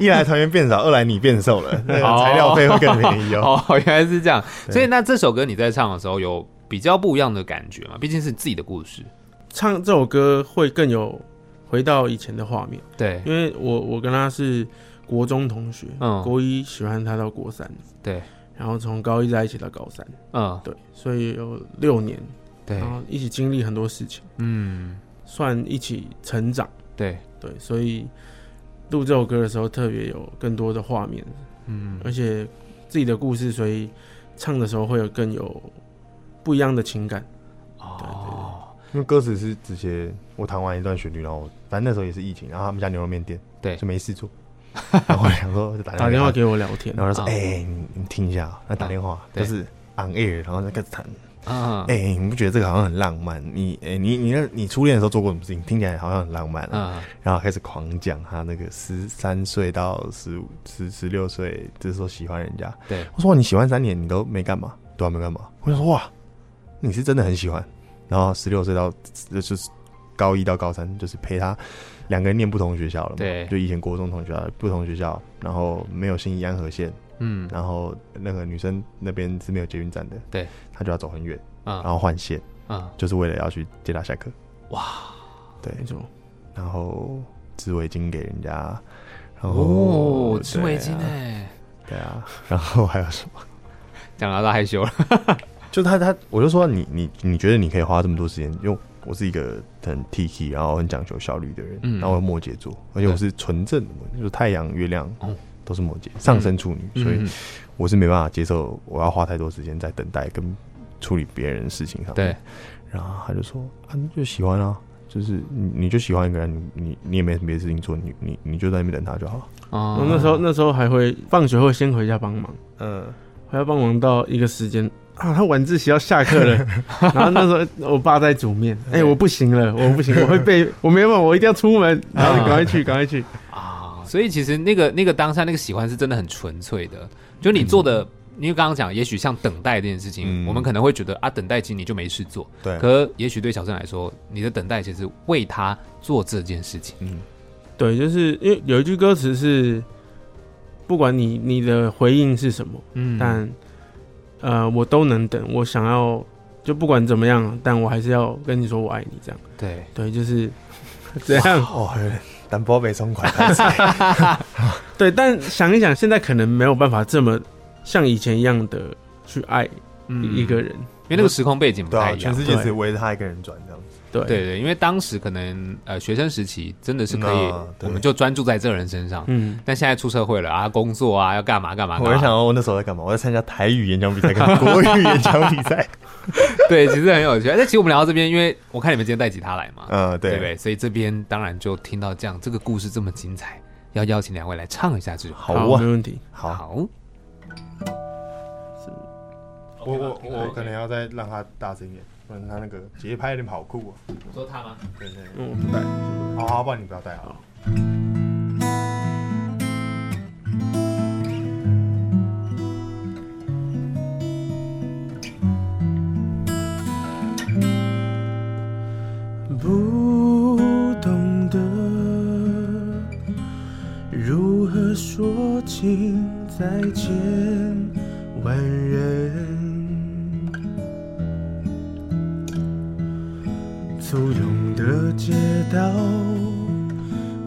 一来团员变少，二来你变瘦了，那
哦
个材料费会更便宜哦。
[LAUGHS] 哦，原来是这样。
对
所以那这首歌你在唱的时候有比较不一样的感觉嘛？毕竟是自己的故事。
唱这首歌会更有回到以前的画面，
对
因为我我跟他是国中同学，
嗯
国一喜欢他到国三，
对，
然后从高一在一起到高三，
嗯，
对，所以有六年，
对
然，后一起经历很多事情，
嗯，
算一起成长，
对，
对，所以录这首歌的时候特别有更多的画面，
嗯，
而且自己的故事，所以唱的时候会有更有不一样的情感。
哦，
因为歌词是直接我弹完一段旋律，然后反正那时候也是疫情，然后他们家牛肉面店
对
就没事做， [LAUGHS] 然后我想说
哎
就打
打电话
给
给我聊天
他，，然后他说
啊
哎你你听一下，他打电话
对
就是 on air，然后就开始弹，
嗯，
哎你不觉得这个好像很浪漫？你哎你你那你初恋的时候做过什么事情？听起来好像很浪漫啊。
嗯，
然后开始狂讲他那个十三岁到十五十十六岁，就是说喜欢人家，
对，
我说哇你喜欢三年，你都没干嘛？对啊，没干嘛。我想说哇，你是真的很喜欢。然后十六岁到就是高一到高三，就是陪他两个人念不同学校了嘛，
对
就以前国中同学校不同学校，然后没有新义安和县，
嗯，
然后那个女生那边是没有捷运站的，
对，
他就要走很远，然
嗯，
后换线，
嗯，
就是为了要去接他下课。
哇，
对
没，错，
然后织围巾给人家，然后
哦，织围巾
对啊
哎，
对啊，然后还有什么？
讲到都害羞了。
就他他，我就说你你你觉得你可以花这么多时间，因为我是一个很 T K，然后很讲求效率的人，
嗯
然后我摩羯座，而且我是纯正的摩羯，就是太阳、月亮
哦
都是摩羯，上升处女，所以
嗯
我是没办法接受我要花太多时间在等待跟处理别人的事情上。
对，，
然后他就说啊，你就喜欢啊，就是你你就喜欢一个人，你你你也没什么别的事情做，你你你就在那边等他就好了。
然
哦
后那时候那时候还会放学会先回家帮忙，
嗯，
还要帮忙到一个时间啊，他晚自习要下课了，然后那时候我爸在煮
[LAUGHS]
面，哎、我不行了，我不行，我会被我没办法，我一定要出门，然后就赶快去，赶快去，
啊，所以其实那个那个当下那个喜欢是真的很纯粹的，就你做的，因为刚刚讲，也许像等待这件事情，
嗯
我们可能会觉得啊，等待期你就没事做，
对，
可也许对小郑来说，你的等待其实为他做这件事情。
嗯，
对，就是因为有一句歌词是，不管你你的回应是什么，
嗯
但呃，我都能等，我想要就不管怎么样，但我还是要跟你说我爱你，这样，
对，
对，就是这样。
哦，有点单薄被松垮，
对，但想一想，现在可能没有办法这么像以前一样的去爱
嗯
一个，人。
因为那个时空背景不
对
太
啊，
一
全
样。
世界
对
只围着他一个人转这样。
对
对对，因为当时可能呃学生时期真的是可以
嗯啊，
我
对
们就专注在这人身上。
嗯，
但现在出社会了啊，工作啊，要干嘛干嘛
我在
干
想
嘛。
哦我那时候在干嘛？我在参加台语演讲比赛，跟
[LAUGHS]
国语演讲比赛。
对，其实很有趣。但其实我们聊到这边，因为我看你们今天带吉他来嘛，
嗯，
对
对
不对？所以这边当然就听到这样，这个故事这么精彩，要邀请两位来唱一下这首歌。
好
好，
哇
没问题。
好，
嗯好，
我我我可能要再让他大声一点，不然他那个节拍有点跑酷啊。
说他吗？
对对，对
嗯，我不带。
好好，不然你不要带啊。
不懂得如何说清再见，万人簇拥的街道，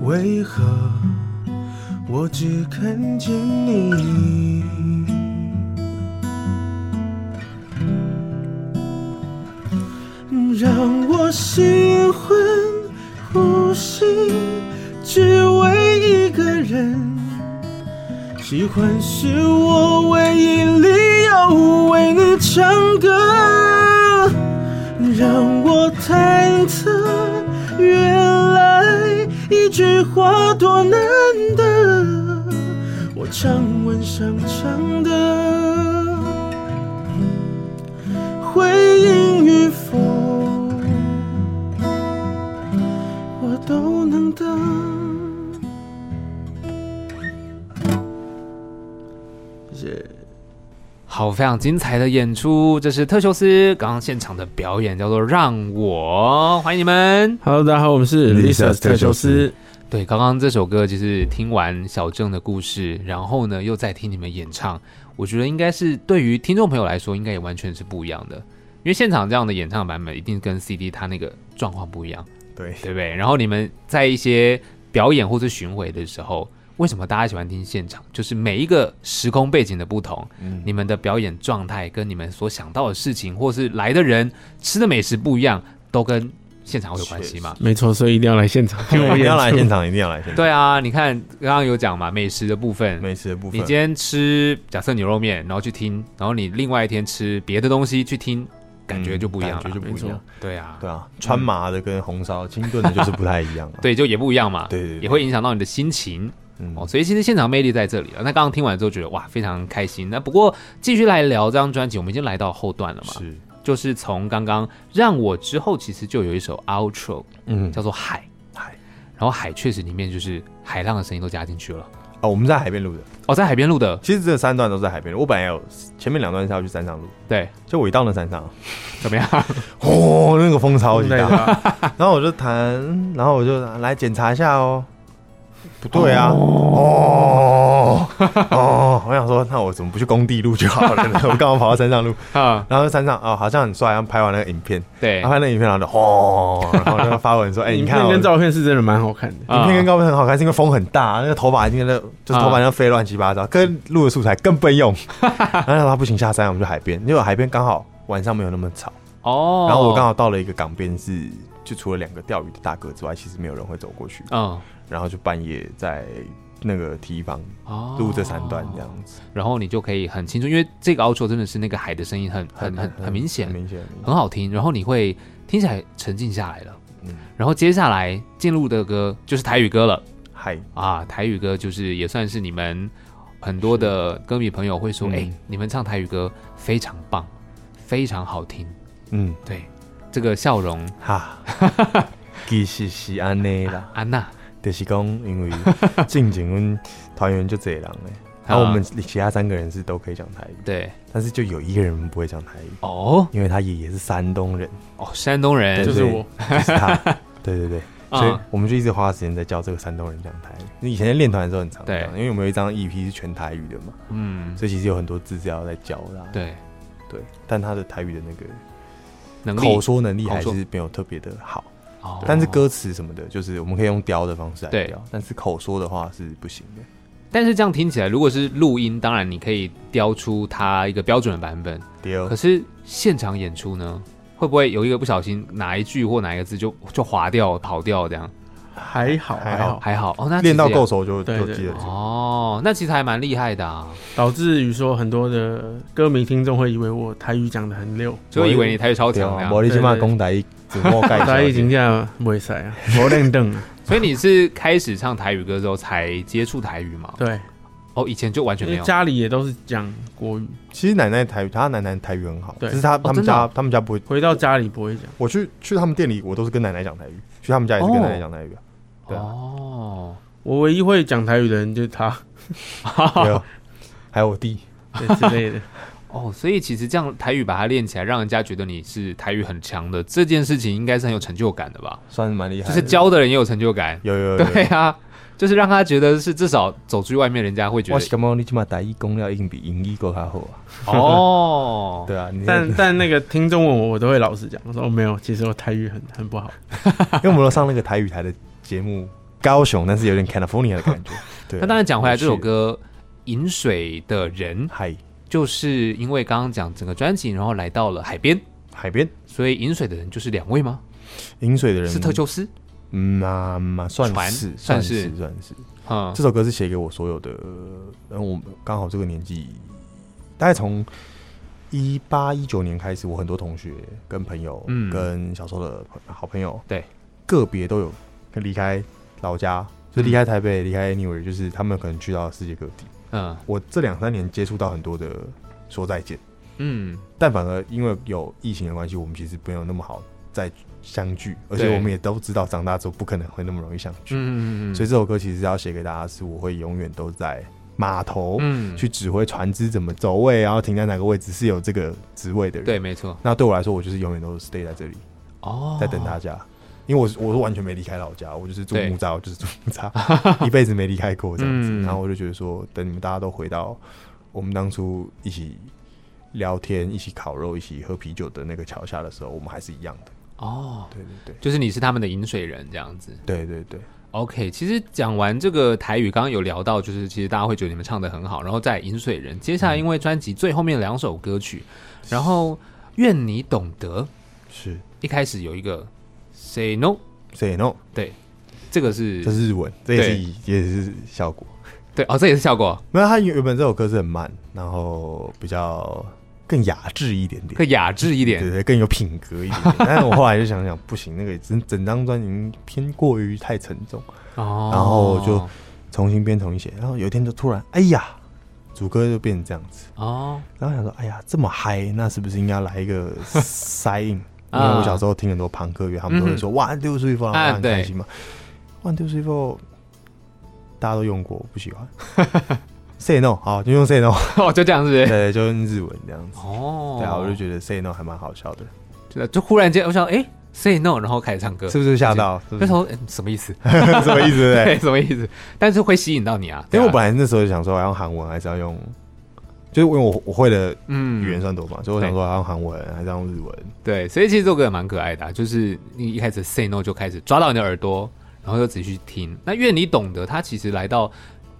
为何我只看见你？嗯让我心魂呼吸，只为一个人喜欢是我唯一理由，为你唱歌，让我忐忑。原来一句话多难得，我唱完想唱的，回应与否，我都能等。谢谢。
好，非常精彩的演出，这是特修斯刚刚现场的表演，叫做《让我》，欢迎你们。
Hello，大家好，我们是 Lisa
Lisa
特
特修
修
斯
斯。
对，刚刚这首歌就是听完小郑的故事，然后呢又再听你们演唱，我觉得应该是对于听众朋友来说，应该也完全是不一样的，因为现场这样的演唱版本一定跟 CD 它那个状况不一样，
对，
对不对？然后你们在一些表演或是巡回的时候，为什么大家喜欢听现场？就是每一个时空背景的不同，
嗯。
你们的表演状态跟你们所想到的事情，或是来的人吃的美食不一样，都跟现场会有关系吗？
没错，所以一定要来现场
一定要来现
场。
场，一定要来现场。
对啊，你看刚刚有讲嘛，美食的部分，
美食的部
你
分
今，天吃假设牛肉面，然后去听，然后你另外一天吃别的东西去听，感觉就不一样了。
嗯感觉就不一
没
样
错。
对啊，
对啊，川麻的跟红烧清炖的就是不太一样
[LAUGHS] 。
啊
对，就也不一样嘛。
对对对
也会影响到你的心情
嗯
哦。所以其实现场魅力在这里了。那刚刚听完之后觉得哇，非常开心。那不过继续来聊这张专辑，我们已经来到后段了嘛，
是，
就是从刚刚让我之后，其实就有一首 outro
嗯，
叫做海，
海
然后海确实里面就是海浪的声音都加进去了。
哦，我们在海边录的，
哦，在海边录的，
其实这三段都在海边录。我本来有前面两段是要去山上录，
对，
就我一到那山上，
怎么样？ [LAUGHS]
哦，那个风超级大，
大，
然后我就弹，然后我就来检查一下哦。不对啊，哦哦，我想说，那我怎么不去工地录就好了呢？我干嘛跑到山上录？
啊，
然后山上哦，好像很帅，然后拍完那个影片，
对
然后，拍那个影片，然后就哦，然后就发文 [LAUGHS] 说，哎，你
影
看
片
哦
跟照片是真的蛮好看的。
啊
影片跟啊高片很好看，是因为风很大，那个头发已经在那就是头发要飞乱七八糟，跟录的素材更笨用。 [LAUGHS] 然后他不行下山，我们就海边，因为海边刚好晚上没有那么吵，
哦，
然后我刚好到了一个港边是。就除了两个钓鱼的大哥之外，其实没有人会走过去。
嗯，
然后就半夜在那个提防
哦
录这三段这样子，
然后你就可以很清楚，因为这个 outro 真的是那个海的声音很很很很明显哦
很，明显，很明显
很好听，然后你会听起来沉静下来了。
嗯
然后接下来进入的歌就是台语歌了
嗨，
啊，台语歌就是也算是你们很多的歌迷朋友会说，
嗯
哎、你们唱台语歌非常棒，非常好听，
嗯
对。这个笑容， [LAUGHS]
哈，其实是安尼啦，
啊安娜，
就是讲因为近景阮团员就这
[LAUGHS]
人嘞，
啊
然后我们其他三个人是都可以讲台语，
对
但是就有一个人不会讲台语，
哦
因为他爷爷是山东人，
哦，山东人
对
就是我，
就是他，
[LAUGHS]
对对对。
啊
所以我们就一直花时间在教这个山东人讲台语。你以前在练团的时候很常
对
讲，因为我们有一张 EP 是全台语的嘛，
嗯，
所以其实有很多字是要在教的啊、
对，
对，但他的台语的那个
能力
口说能力还
口
是没有特别的好，
哦
但是歌词什么的，就是我们可以用雕的方式来
对
雕，但是口说的话是不行的。
但是这样听起来，如果是录音，当然你可以雕出它一个标准的版本。
丢
可是现场演出呢，会不会有一个不小心哪一句或哪一个字就就划掉、跑掉这样？
还好
还
还
好
好，
还好哦，那
练到
其实也
够熟就
对
就
对
记得
对
住。
哦，那其实还蛮厉害的啊，
导致于说很多的歌迷听众会以为我台语讲的很溜，
就以为你台语超强那
啊我
样。
哦你起码公台语怎么盖
台语评价不会塞啊，我认凳。
[LAUGHS]
所以你是开始唱台语歌之后才接触台语吗？
对，
哦，以前就完全
因
没
为
有。
家里也都是讲国语，
其实奶奶台语，她奶奶台语很好，
对
只是她他们
真的
家
哦
他们家不会。
回到家里不会讲。
我去去他们店里，我都是跟奶奶讲台语，去他们家也是跟奶奶讲台语啊。对啊
哦，
我唯一会讲台语的人就是他，
对啊，还有我弟，
对之类的。
哦，所以其实这样台语把它练起来，让人家觉得你是台语很强的这件事情，应该是很有成就感的吧？
算是蛮厉
就
害的。
是教的人也有成就感。
有有有有
对啊，就是让他觉得是至少走出去外面，人家会觉
我是
得
感觉你起码台语讲了硬比英语够还好啊。
哦，
对啊，你
但但那个听众问我，我都会老实讲，我说哦没有，其实我台语很很不好。
因为我们都上那个台语台的节目，高雄，但是有点 California 的感觉。对，啊
那当然讲回来，这首
有趣
歌《饮水的人》
海
就是因为刚刚讲整个专辑，然后来到了海边，
海边
所以饮水的人就是两位吗？
饮水的人
是特修斯
嗯啊嘛，算
传
是
算
算
是
是算是。
嗯
这首歌是写给我所有的，然后我刚好这个年纪，大概从一八一九年开始，我很多同学跟朋友，
嗯
跟小时候的朋好朋友，
对，
个别都有离开老家，就离开台北，离开 anywhere，就是他们可能去到世界各地。
嗯
我这两三年接触到很多的说再见，
嗯，
但反而因为有疫情的关系，我们其实没有那么好再相聚，而且
对
我们也都知道长大之后不可能会那么容易相聚。
嗯嗯嗯，
所以
以
这首歌其实要写给大家，是我会永远都在码头、
嗯
去指挥船只怎么走位，然后停在哪个位置，是有这个职位的
嗯
人。，
对，没错，
那对我来说，我就是永远都 stay 在这里，
哦，
在等大家，因为我是我是完全没离开老家，我就是住
对
木栅，我就是住木
[LAUGHS]
栅，一辈子没离开过这样子。
嗯
然后我就觉得说，等你们大家都回到我们当初一起聊天、一起烤肉、一起喝啤酒的那个桥下的时候，我们还是一样的。
哦，
对对
就是你是他们的饮水人这样子。
对，对对对，
OK，其实讲完这个台语，刚刚有聊到，就是其实大家会觉得你们唱的很好，然后在饮水人，接下来因为专辑最后面两首歌曲，然后愿你懂得，
是。
一开始有一个 Say No，
所以 no，
对，这个是
这是日文，这也是
对
也是效果。
对哦，这也是效果，
没有，他原本这首歌是很慢，然后比较更雅致一点点，
更雅致一
对
点，
对，更有品格一点点。但是我后来就想想，不行，那个整整张专辑偏过于太沉重，
哦，
然后就重新编重新写。然后有一天就突然，哎呀，主歌就变成这样子。
哦， [LAUGHS]
然后想说，哎呀，这么嗨，那是不是应该来一个塞音？因为我小时候听很多朋克乐，他们都会说“哇，六十一分”，
啊
很
对
开心嘛。哇，六十一分，大家都用过，我不喜欢。Say no，好，就用 Say
[LAUGHS]
no。
哦，就这样是不是？
对，就用日文这样子。
哦，
对啊，我就觉得 say no 还蛮好笑的，
得，就忽然间我想，哎，Say No，然后开始唱歌，
是不是吓到？是不
那
是
时候诶什么意思？
[LAUGHS] 什么意思？对不
[LAUGHS]
对，
对，什啊么意思？但是会吸引到你啊，
因为我
对
本
啊
来那时候就想说，要用韩文还是要用，就是因为我我会的
嗯
语言算多嘛，所以我想说要用韩文还是要用日文。
对，所以其实这首歌也蛮可爱的、啊，就是你一开始 say no 就开始抓到你的耳朵，然后就仔细听。那愿你懂得，它其实来到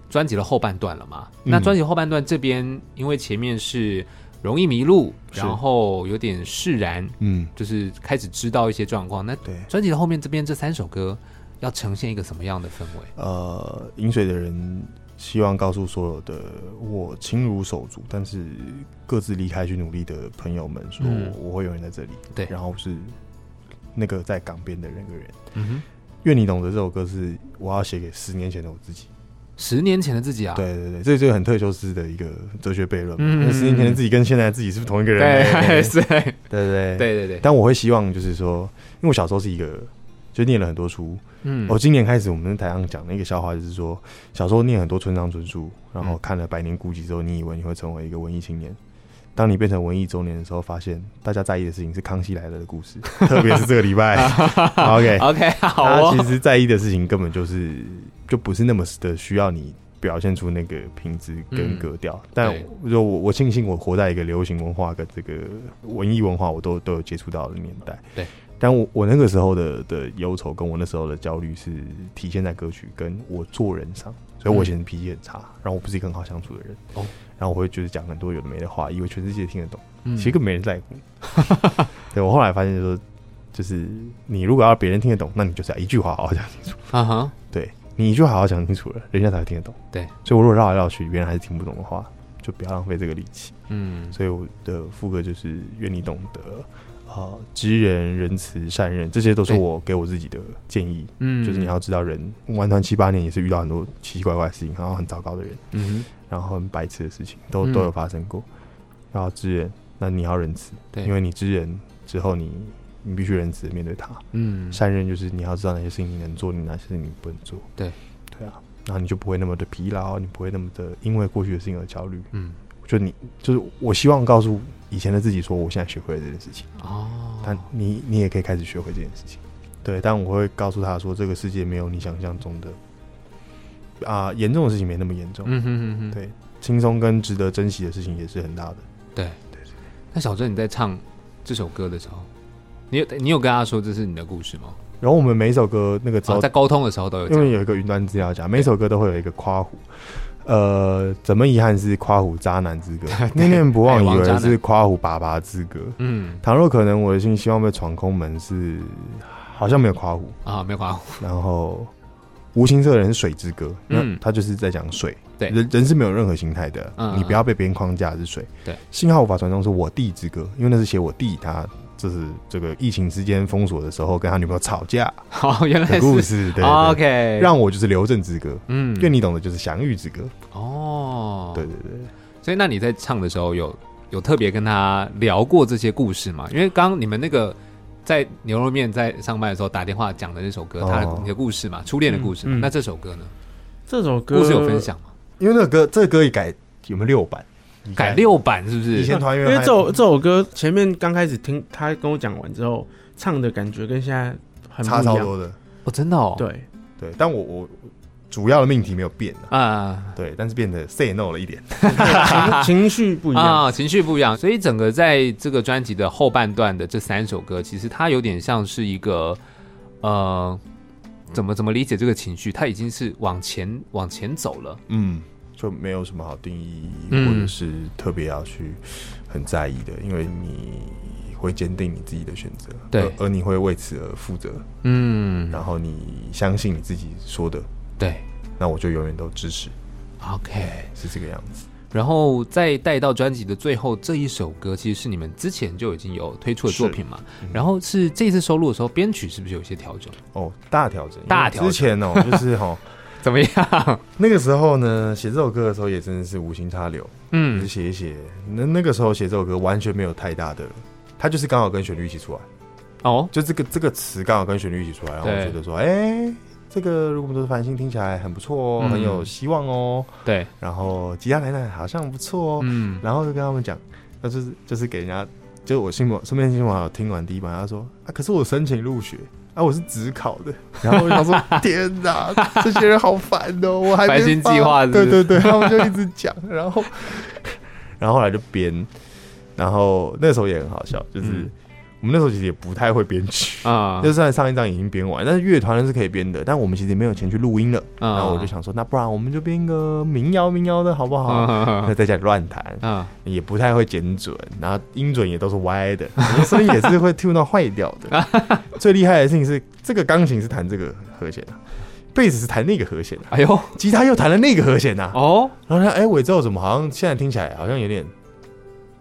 专辑的后半段了嘛。
嗯
那专辑后半段这边，因为前面是容易迷路，
是
然后有点释然，
嗯，
就是开始知道一些状况。那
对，
专辑的后面这边这三首歌要呈现一个什么样的氛围？
呃，饮水的人希望告诉所有的我情如手足，但是各自离开去努力的朋友们说，
嗯
我会永远在这里。
对
然后是那个在港边的那个人。
嗯哼，
愿你懂得这首歌是我要写给十年前的我自己。
十年前的自己啊，
对对对，这就是很特修斯的一个哲学悖论嘛。
嗯
那十年前的自己跟现在的自己是不是同一个人？
对，[LAUGHS]
对
是，对
对对对。
对对，
但我会希望就是说，因为我小时候是一个，就念了很多书。
嗯
哦我、，今年开始，我们台上讲的一个笑话，就是说，小时候念很多村上春树，然后看了《百年孤寂》之后，你以为你会成为一个文艺青年。当你变成文艺中年的时候，发现大家在意的事情是《康熙来了》的故事，特别是这个礼拜。OK，
OK，好
他
哦，
其实在意的事情根本就是就不是那么的需要你表现出那个品质跟格调。但
嗯对
我就我我庆幸我活在一个流行文化跟这个文艺文化我都都有接触到的年代。
对。
但我我那个时候的的忧愁跟我那时候的焦虑是体现在歌曲跟我做人上，所以我以前脾气很差，然后我不是一个很好相处的人。
嗯哦。
然后我会就是讲很多有的没的话，以为全世界听得懂。
嗯
其实根本没人在乎。 [LAUGHS] 对我后来发现说，就是你如果要别人听得懂，那你就是要一句话好好讲清楚。
啊哈，
对你一句话好好讲清楚了，人家才会听得懂。
对，
所以我如果绕来绕去，别人还是听不懂的话，就不要浪费这个力气。
嗯，
所以我的副歌就是愿你懂得。啊，知人仁慈善任，这些都是
对
我给我自己的建议。
嗯
就是你要知道人，玩团七八年也是遇到很多奇奇怪怪的事情，然后很糟糕的人，
嗯
然后很白痴的事情，都
嗯
都有发生过。要知人，那你要仁慈，
哼，对，
因为你知人之后你，你必须仁慈地面对他。
嗯，
善任就是你要知道哪些事情你能做，你哪些事情你不能做。
对，
对啊，然后你就不会那么的疲劳，啊你不会那么的因为过去的事情而焦虑。
嗯，
就你就是我希望告诉以前的自己说，我现在学会了这件事情，
哦，
但你你也可以开始学会这件事情。对，但我会告诉他说，这个世界没有你想象中的啊严、重的事情没那么严重。
嗯哼哼哼，
对，轻松跟值得珍惜的事情也是很大的。
对对。那小郑你在唱这首歌的时候，你有你有跟他说这是你的故事吗？
然后我们每一首歌那个时
哦，
候
在沟通的时候都有
因为
讲，
有一个云端资料夹，每首歌都会有一个夸虎。呃，怎么遗憾是夸虎渣男之
[LAUGHS]
歌，念念不忘以为是夸虎爸爸之歌。
嗯
倘若可能，我的心希望被闯空门是好像没有夸胡，
啊，没有夸胡，
然后无形色的人是水之歌，
嗯
那他就是在讲水。
对
人人是没有任何形态的，
嗯
你不要被别人框架是水。
对，
信号无法传送是我弟之歌，因为那是写我弟他这是这个疫情之间封锁的时候跟他女朋友吵架
[LAUGHS] 好，原
的
来
故
[LAUGHS] 是哦
事。对对对
OK，
让我就是刘正之歌，
嗯
因为你懂的就是祥玉之歌。
哦，
对，对对，
所以那你在唱的时候有有特别跟他聊过这些故事吗？因为刚刚你们那个在牛肉面在上班的时候打电话讲的这首歌，
哦
他的你的故事嘛，初恋的故事嘛，
嗯嗯
那这首歌呢？
这首歌
故事有分，享吗？
因为那个歌这个歌一改有没有六版？
改六版是不
以
是？
前团
因
员
为
还
这首这首歌前面刚开始听他跟我讲完之后唱的感觉跟现在很
差
不一
超
样，
多的，
哦，真的哦，
对， [LAUGHS]
对，但我我主要的命题没有变啊，
啊
对，但是变得 say no 了一点。
情情绪不一样，
[LAUGHS] 啊，情绪不一样，所以整个在这个专辑的后半段的这三首歌，其实它有点像是一个呃。怎么怎么理解这个情绪？它已经是往前往前走了，
嗯，就没有什么好定义，
嗯
或者是特别要去很在意的，因为你会坚定你自己的选择，
对
而而你会为此而负责，
嗯，
然后你相信你自己说的，
对
那我就永远都支持，
，OK。
是这个样子。
然后再带到专辑的最后这一首歌，其实是你们之前就已经有推出的作品嘛。然后是这次收录的时候，编曲是不是有一些调整？
哦，大调整，因为
大调整 [LAUGHS]
之前哦，就是哈、哦，
怎么样？
那个时候呢，写这首歌的时候也真的是无心插柳，就是
嗯，
写一写。那那个时候写这首歌完全没有太大的，它就是刚好跟旋律一起出来，
哦，
就这个这个词刚好跟旋律一起出来，然后我
对
觉得说，哎、这个如果我们都是繁星，听起来很不错哦，
嗯
很有希望哦。
对，
然后吉他来呢好像不错哦，
嗯，
然后就跟他们讲，那就是就是给人家，就是我亲朋身边亲朋好友听完第一版，他说啊，可是我申请入学。啊，我是只考的，然后我就想说，天哪，这些人好烦哦，我还没
繁星
发
计划是不
对
是
对对，他们就一直讲，然后，然后后来就编，然后那时候也很好笑，就是、
嗯
我们那时候其实也不太会编曲，
啊
就，算上一张已经编完，但是乐团是可以编的，但我们其实没有钱去录音了。
嗯
然后我就，想说，那不然我们就编一个民谣民谣的好不好？ [LAUGHS] 那
[LAUGHS] 啊
在家里乱弹，
啊，
也不太会剪准，然后音准也都是歪的， [LAUGHS] 我的声音也是会 tune 到坏掉的。
[LAUGHS]
最厉害的事情是，这个钢琴是弹这个和弦的、啊贝斯是弹那个和弦的、啊
哎呦，
吉他又弹了那个和弦的、啊
哦，
然后他哎，我也知道怎么好像现在听起来好像有点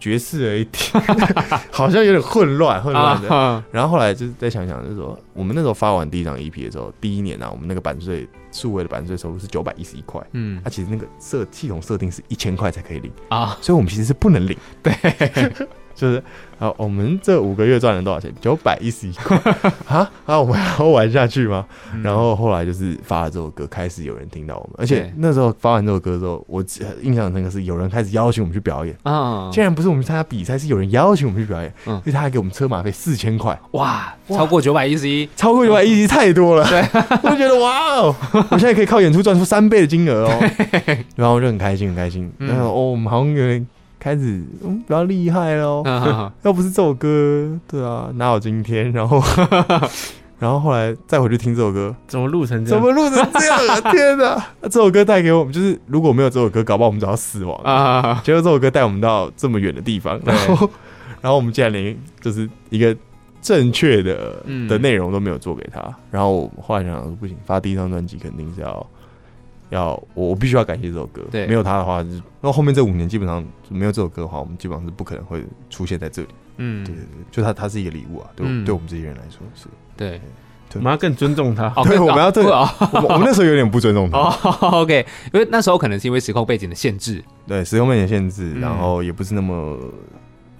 爵士
[LAUGHS]
了一点，好像有点混乱混乱的。
啊，
然后后来就是再想想，就是说我们那时候发完第一张 EP 的时候，第一年啊，我们那个版税数位的版税收入是九百一十一块，啊
嗯
它、其实那个设系统设定是一千块才可以领，
啊，
所以我们其实是不能领。对，就是啊，我们这五个月赚了多少钱？九百一十一块 [LAUGHS] 啊啊，我们还要玩下去吗？
嗯
然后后来就是发了这首歌，开始有人听到我们，而且
对
那时候发完这首歌之后，我记印象很深刻是有人开始邀请我们去表演。
啊，
竟然不是我们去参加比赛，是有人邀请我们去表演，
嗯
而且他还给我们车马费四千块，
哇，超过九百一十一，
超过九百一集太多了，对， [LAUGHS] 我就觉得
[LAUGHS]
哇哦，我现在可以靠演出赚出三倍的金额哦，然后我就很开心很开心，
嗯
然后哦，我们好像有点开始嗯比较厉害喽，
啊，
要不是这首歌，对啊，哪有今天？然后 [LAUGHS] 然后后来再回去听这首歌，
怎么录成这
怎
样？
么录成这样啊？天哪！那这首歌带给我们，就是如果没有这首歌，搞不好我们早要死亡啊！
啊，
结果这首歌带我们到这么远的地方，然后然后我们竟然连就是一个正确的
嗯
的内容都没有做给他。然后我后来想想说，不行，发第一张专辑肯定是要要我我必须要感谢这首歌，
对
没有他的话，就是那后面这五年基本上就没有这首歌的话，我们基本上是不可能会出现在这里。对对
嗯，
对，就他他是一个礼物啊，对我、
嗯
对我们这些人来说是。
对，
我们要更尊重他，
哦
对我们要对
哦
我们我们那时候有点不尊重他，
哦，OK，因 [LAUGHS] 为那时候可能是因为时空背景的限制，
[LAUGHS] 对，使用面前限制，
嗯
然后也不是那么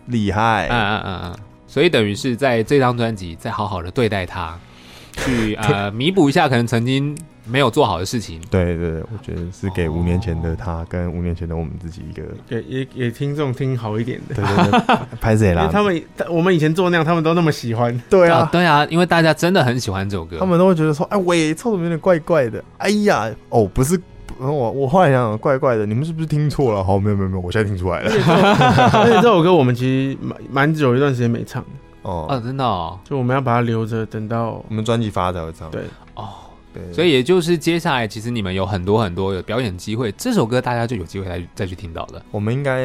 厉害。
嗯嗯嗯嗯，所以等于是在这张专辑再好好的对待它，
[LAUGHS]
去呃弥补一下可能曾经没有做好的事情。
对对对，我觉得是给五年前的他跟五年前的我们自己一个，
哦
给也给听众听好一点的，
对对对， [LAUGHS] 拍谁
[LAUGHS]
因
啦
为？他们他我们以前做那样，他们都那么喜欢， [LAUGHS]
对啊，
对啊，因为大家真的很喜欢这首歌。
他们都会觉得说，哎，喂，臭怎么有点怪怪的？哎呀，哦，不是，不我我后来想想，怪怪的，你们是不是听错了？好，没有没有没有，我现在听出来
而
了。
且这首而且这首歌我们其实蛮蛮久一段时间没唱，
哦，
[LAUGHS] 哦，
真的哦
就我们要把它留着，等到
我们专辑发才会唱。
对
哦，
对，
所以也就是接下来，其实你们有很多很多的表演机会，这首歌大家就有机会再再去听到了。
我们应该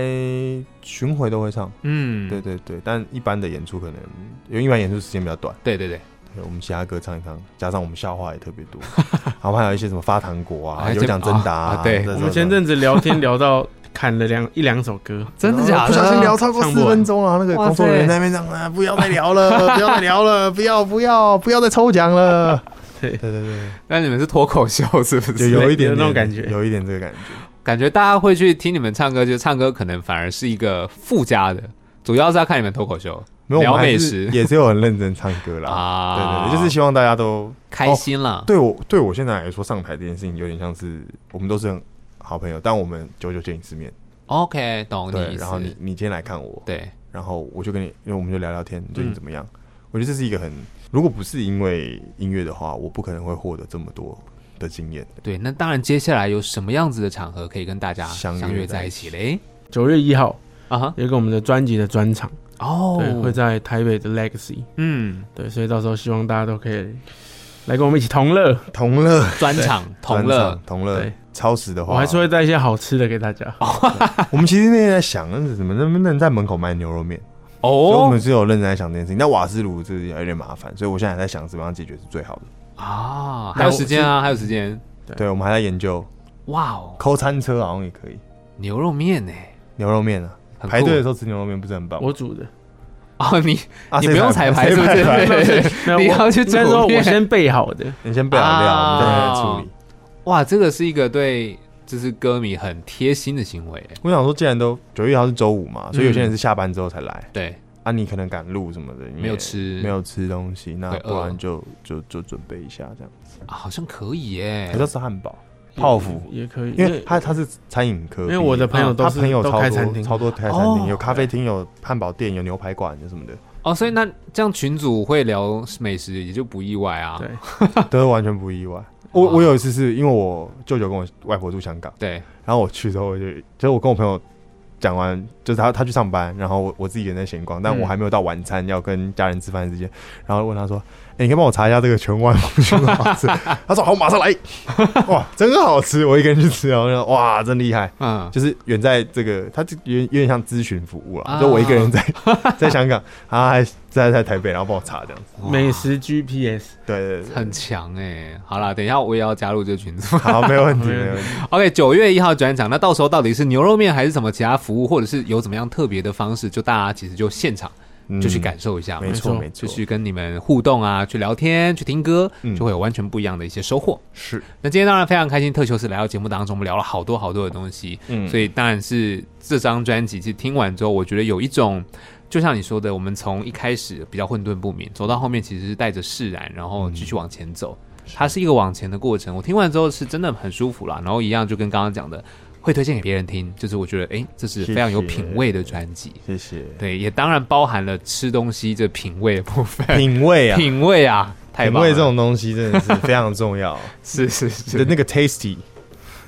巡回都会唱。
嗯，
对对对，但一般的演出可能因为一般演出时间比较短，
对对对，
对我们其他歌唱一唱，加上我们笑话也特别多，然后还有一些什么发糖果 [LAUGHS] 啊、
哎
有奖
这
征答啊
啊，对
这
我
种
们前阵子聊天聊到 [LAUGHS] 砍了两一两首歌，
真的假的？
呃不小心聊超过
唱不
四
完
分钟了，那个
哇
工作人员
塞
在那边讲啊，不要再聊 [LAUGHS] 了，不要再聊了，不要不要不要再抽奖了。
对
[LAUGHS] 对对对，
那你们是脱口秀是不？
就是
有
有
有
一点
那种
点
感觉
有一点这个感觉。
感觉大家会去听你们唱歌，就唱歌可能反而是一个附加的，主要是要看你们脱口秀
没有，我
聊
们还
美
是
食
也是有很认真唱歌啦。对
啊。
对对，就是希望大家都
开心啦。
对我对我现在来说，上台这件事情有点像是我们都是很好朋友，但我们久久见一次面。
OK，懂你
对，
意
然后你
思。
你今天来看我，
对，
然后我就跟你，因为我们就聊聊天，你
嗯
最近怎么样？我觉得这是一个很，如果不是因为音乐的话，我不可能会获得这么多的经验。
对，那当然，接下来有什么样子的场合可以跟大家
相约
相约在
在
一
一
起嘞？
九月一号
啊哈，
有一个我们的专辑的专场，对，会
哦，
在台北的 Legacy，
嗯，
对，所以到时候希望大家都可以来跟我们一起同乐。
同乐，
专场同
专
乐
场，同乐
对，
超时的话，
我还是会带一些好吃的给大家。
啊我们其实那天在想，那怎么能不能在门口卖牛肉面？所以我
哦
们是有认真在想这件事情。但瓦斯炉这个有点麻烦，所以我现在还在想怎么样解决是最好的。
啊，还有时间啊，还有时间，
对，我们还在研究，
哇哦，
抠餐车好像也可以，
牛肉面呢？
牛肉面啊，
很酷
排队的时候吃牛肉面不是很棒吗？
我煮
[LAUGHS]
的，
[LAUGHS] 哦，你
啊
你
谁
不用彩排是不是
谁排
对对对
没有
你
我
要去
应该
煮
说我
面
先备好的，
你先备好料，
啊
我们再来处理。
哇，这个是一个对就是歌迷很贴心的行为。
我想说，既然都九月一号是周五
嗯
嘛，所以有些人是下班之后才来
对，
啊，你可能赶路什么的，你也
没有吃，
嗯没有吃东西，那
会饿
不然就就就准备一下这样。
啊，好像可以耶
可。是吃汉堡、泡芙，
嗯
也可以，
因为他他是餐饮科，啊
因为我的朋友都
他
是
朋友
都
超
开餐
多
厅
超多开餐
哦
厅，有咖啡厅，有汉堡店，有牛排馆，有什么的，
[LAUGHS] 哦，所以那这样群主会聊美食也就不意外啊。
对
都完全不意外。我我有一次是因为我舅舅跟我外婆住香港，
对
然后我去之后我就就是我跟我朋友讲完，就是他他去上班，然后我我自己一个人在闲逛，但
嗯
我还没有到晚餐要跟家人吃饭之间，然后问他说：“哎、你可以帮我查一下这个全湾风全好吃？”他说：“好，我马上来。”哇，真好吃！我一个人去吃，然后就哇，真厉害。
嗯，
就是远在这个，他这有点有点像咨询服务
啊
啦，就我一个人在 [LAUGHS] 在香港，他还在在台北，然后帮我查这样子。
哇
美食 GPS，
对对对，
很强哎。好啦，等一下我也要加入这个群组。 [LAUGHS]
好，没问题，
没问题
没问题。
OK，九月一号转场，那到时候到底是牛肉面还是什么其他服务，或者是有怎么样特别的方式，就大家其实就现场
嗯
就去感受一下嘛，
没错
没错
没
就
错，
去跟你们互动啊，去聊天，去听歌，
嗯
就会有完全不一样的一些收获。
是，
那今天当然非常开心，特修斯来到节目当中，我们聊了好多好多的东西，
嗯
所以当然是这张专辑，其实听完之后，我觉得有一种，就像你说的，我们从一开始比较混沌不明，走到后面其实是带着释然，然
嗯
后继续往前走，它是一个往前的过程。我听完之后是真的很舒服啦，然后一样就跟刚刚讲的，会推荐给别人听，就是我觉得诶，这是非常有
谢谢
品味的专辑，
谢谢。
对，也当然包含了吃东西这品味的部分，
品味啊，
品味啊，太
品
棒了，
味这种东西真的是非常重要。
是是
的
[LAUGHS] 是，
那个 tasty，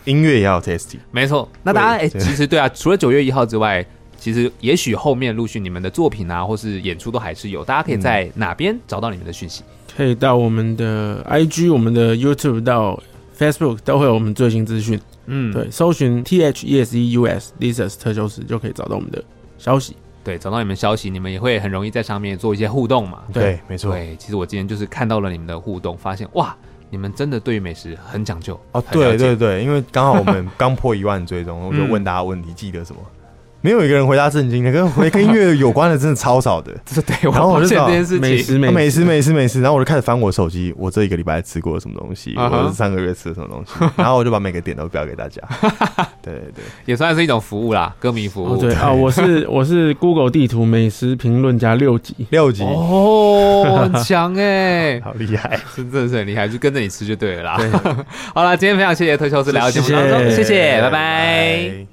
音乐也要有 tasty。
没错，那大家哎、
对
其实对啊，除了九月一号之外，其实也许后面陆续你们的作品啊，或是演出都还是有，大家可以在哪边找到你们的讯息？
可以到我们的 IG、我们的 YouTube 到 Facebook 都会有我们最新资讯。
嗯，
对，搜寻 T H E S E U S l i s a s 特修斯就可以找到我们的消息。
对，找到你们消息，你们也会很容易在上面做一些互动嘛。
对
对，没错。
对，其实我今天就是看到了你们的互动，发现哇，你们真的对于美食很讲究
哦，
很了
对
解
对对，因为刚好我们刚破一万追踪，我就问大家问题，记得什么？没有一个人回答正经的，跟回跟音乐有关的真的超少
[LAUGHS]
的。
这是对我
然后我
发
就
现
找
这件事
美
情，
食美
啊
食
美食美食美食，然后我就开始翻我手机，我这一个礼拜吃过什么东西，
啊哈
我这上个月吃了什么
[LAUGHS]
东西，然后我就把每个点都标给大家。对对对，
也算是一种服务啦，歌迷服务。
哦，对啊，我是我是 Google 地图美食评论家六级，
六级，
哦， [LAUGHS] 很强哎、
好厉害，
[LAUGHS] 真的是很厉害，就 [LAUGHS] 跟着你吃就对了啦。好啦，今天非常谢谢特修斯来到节目当中，
谢谢
谢谢，拜拜。
拜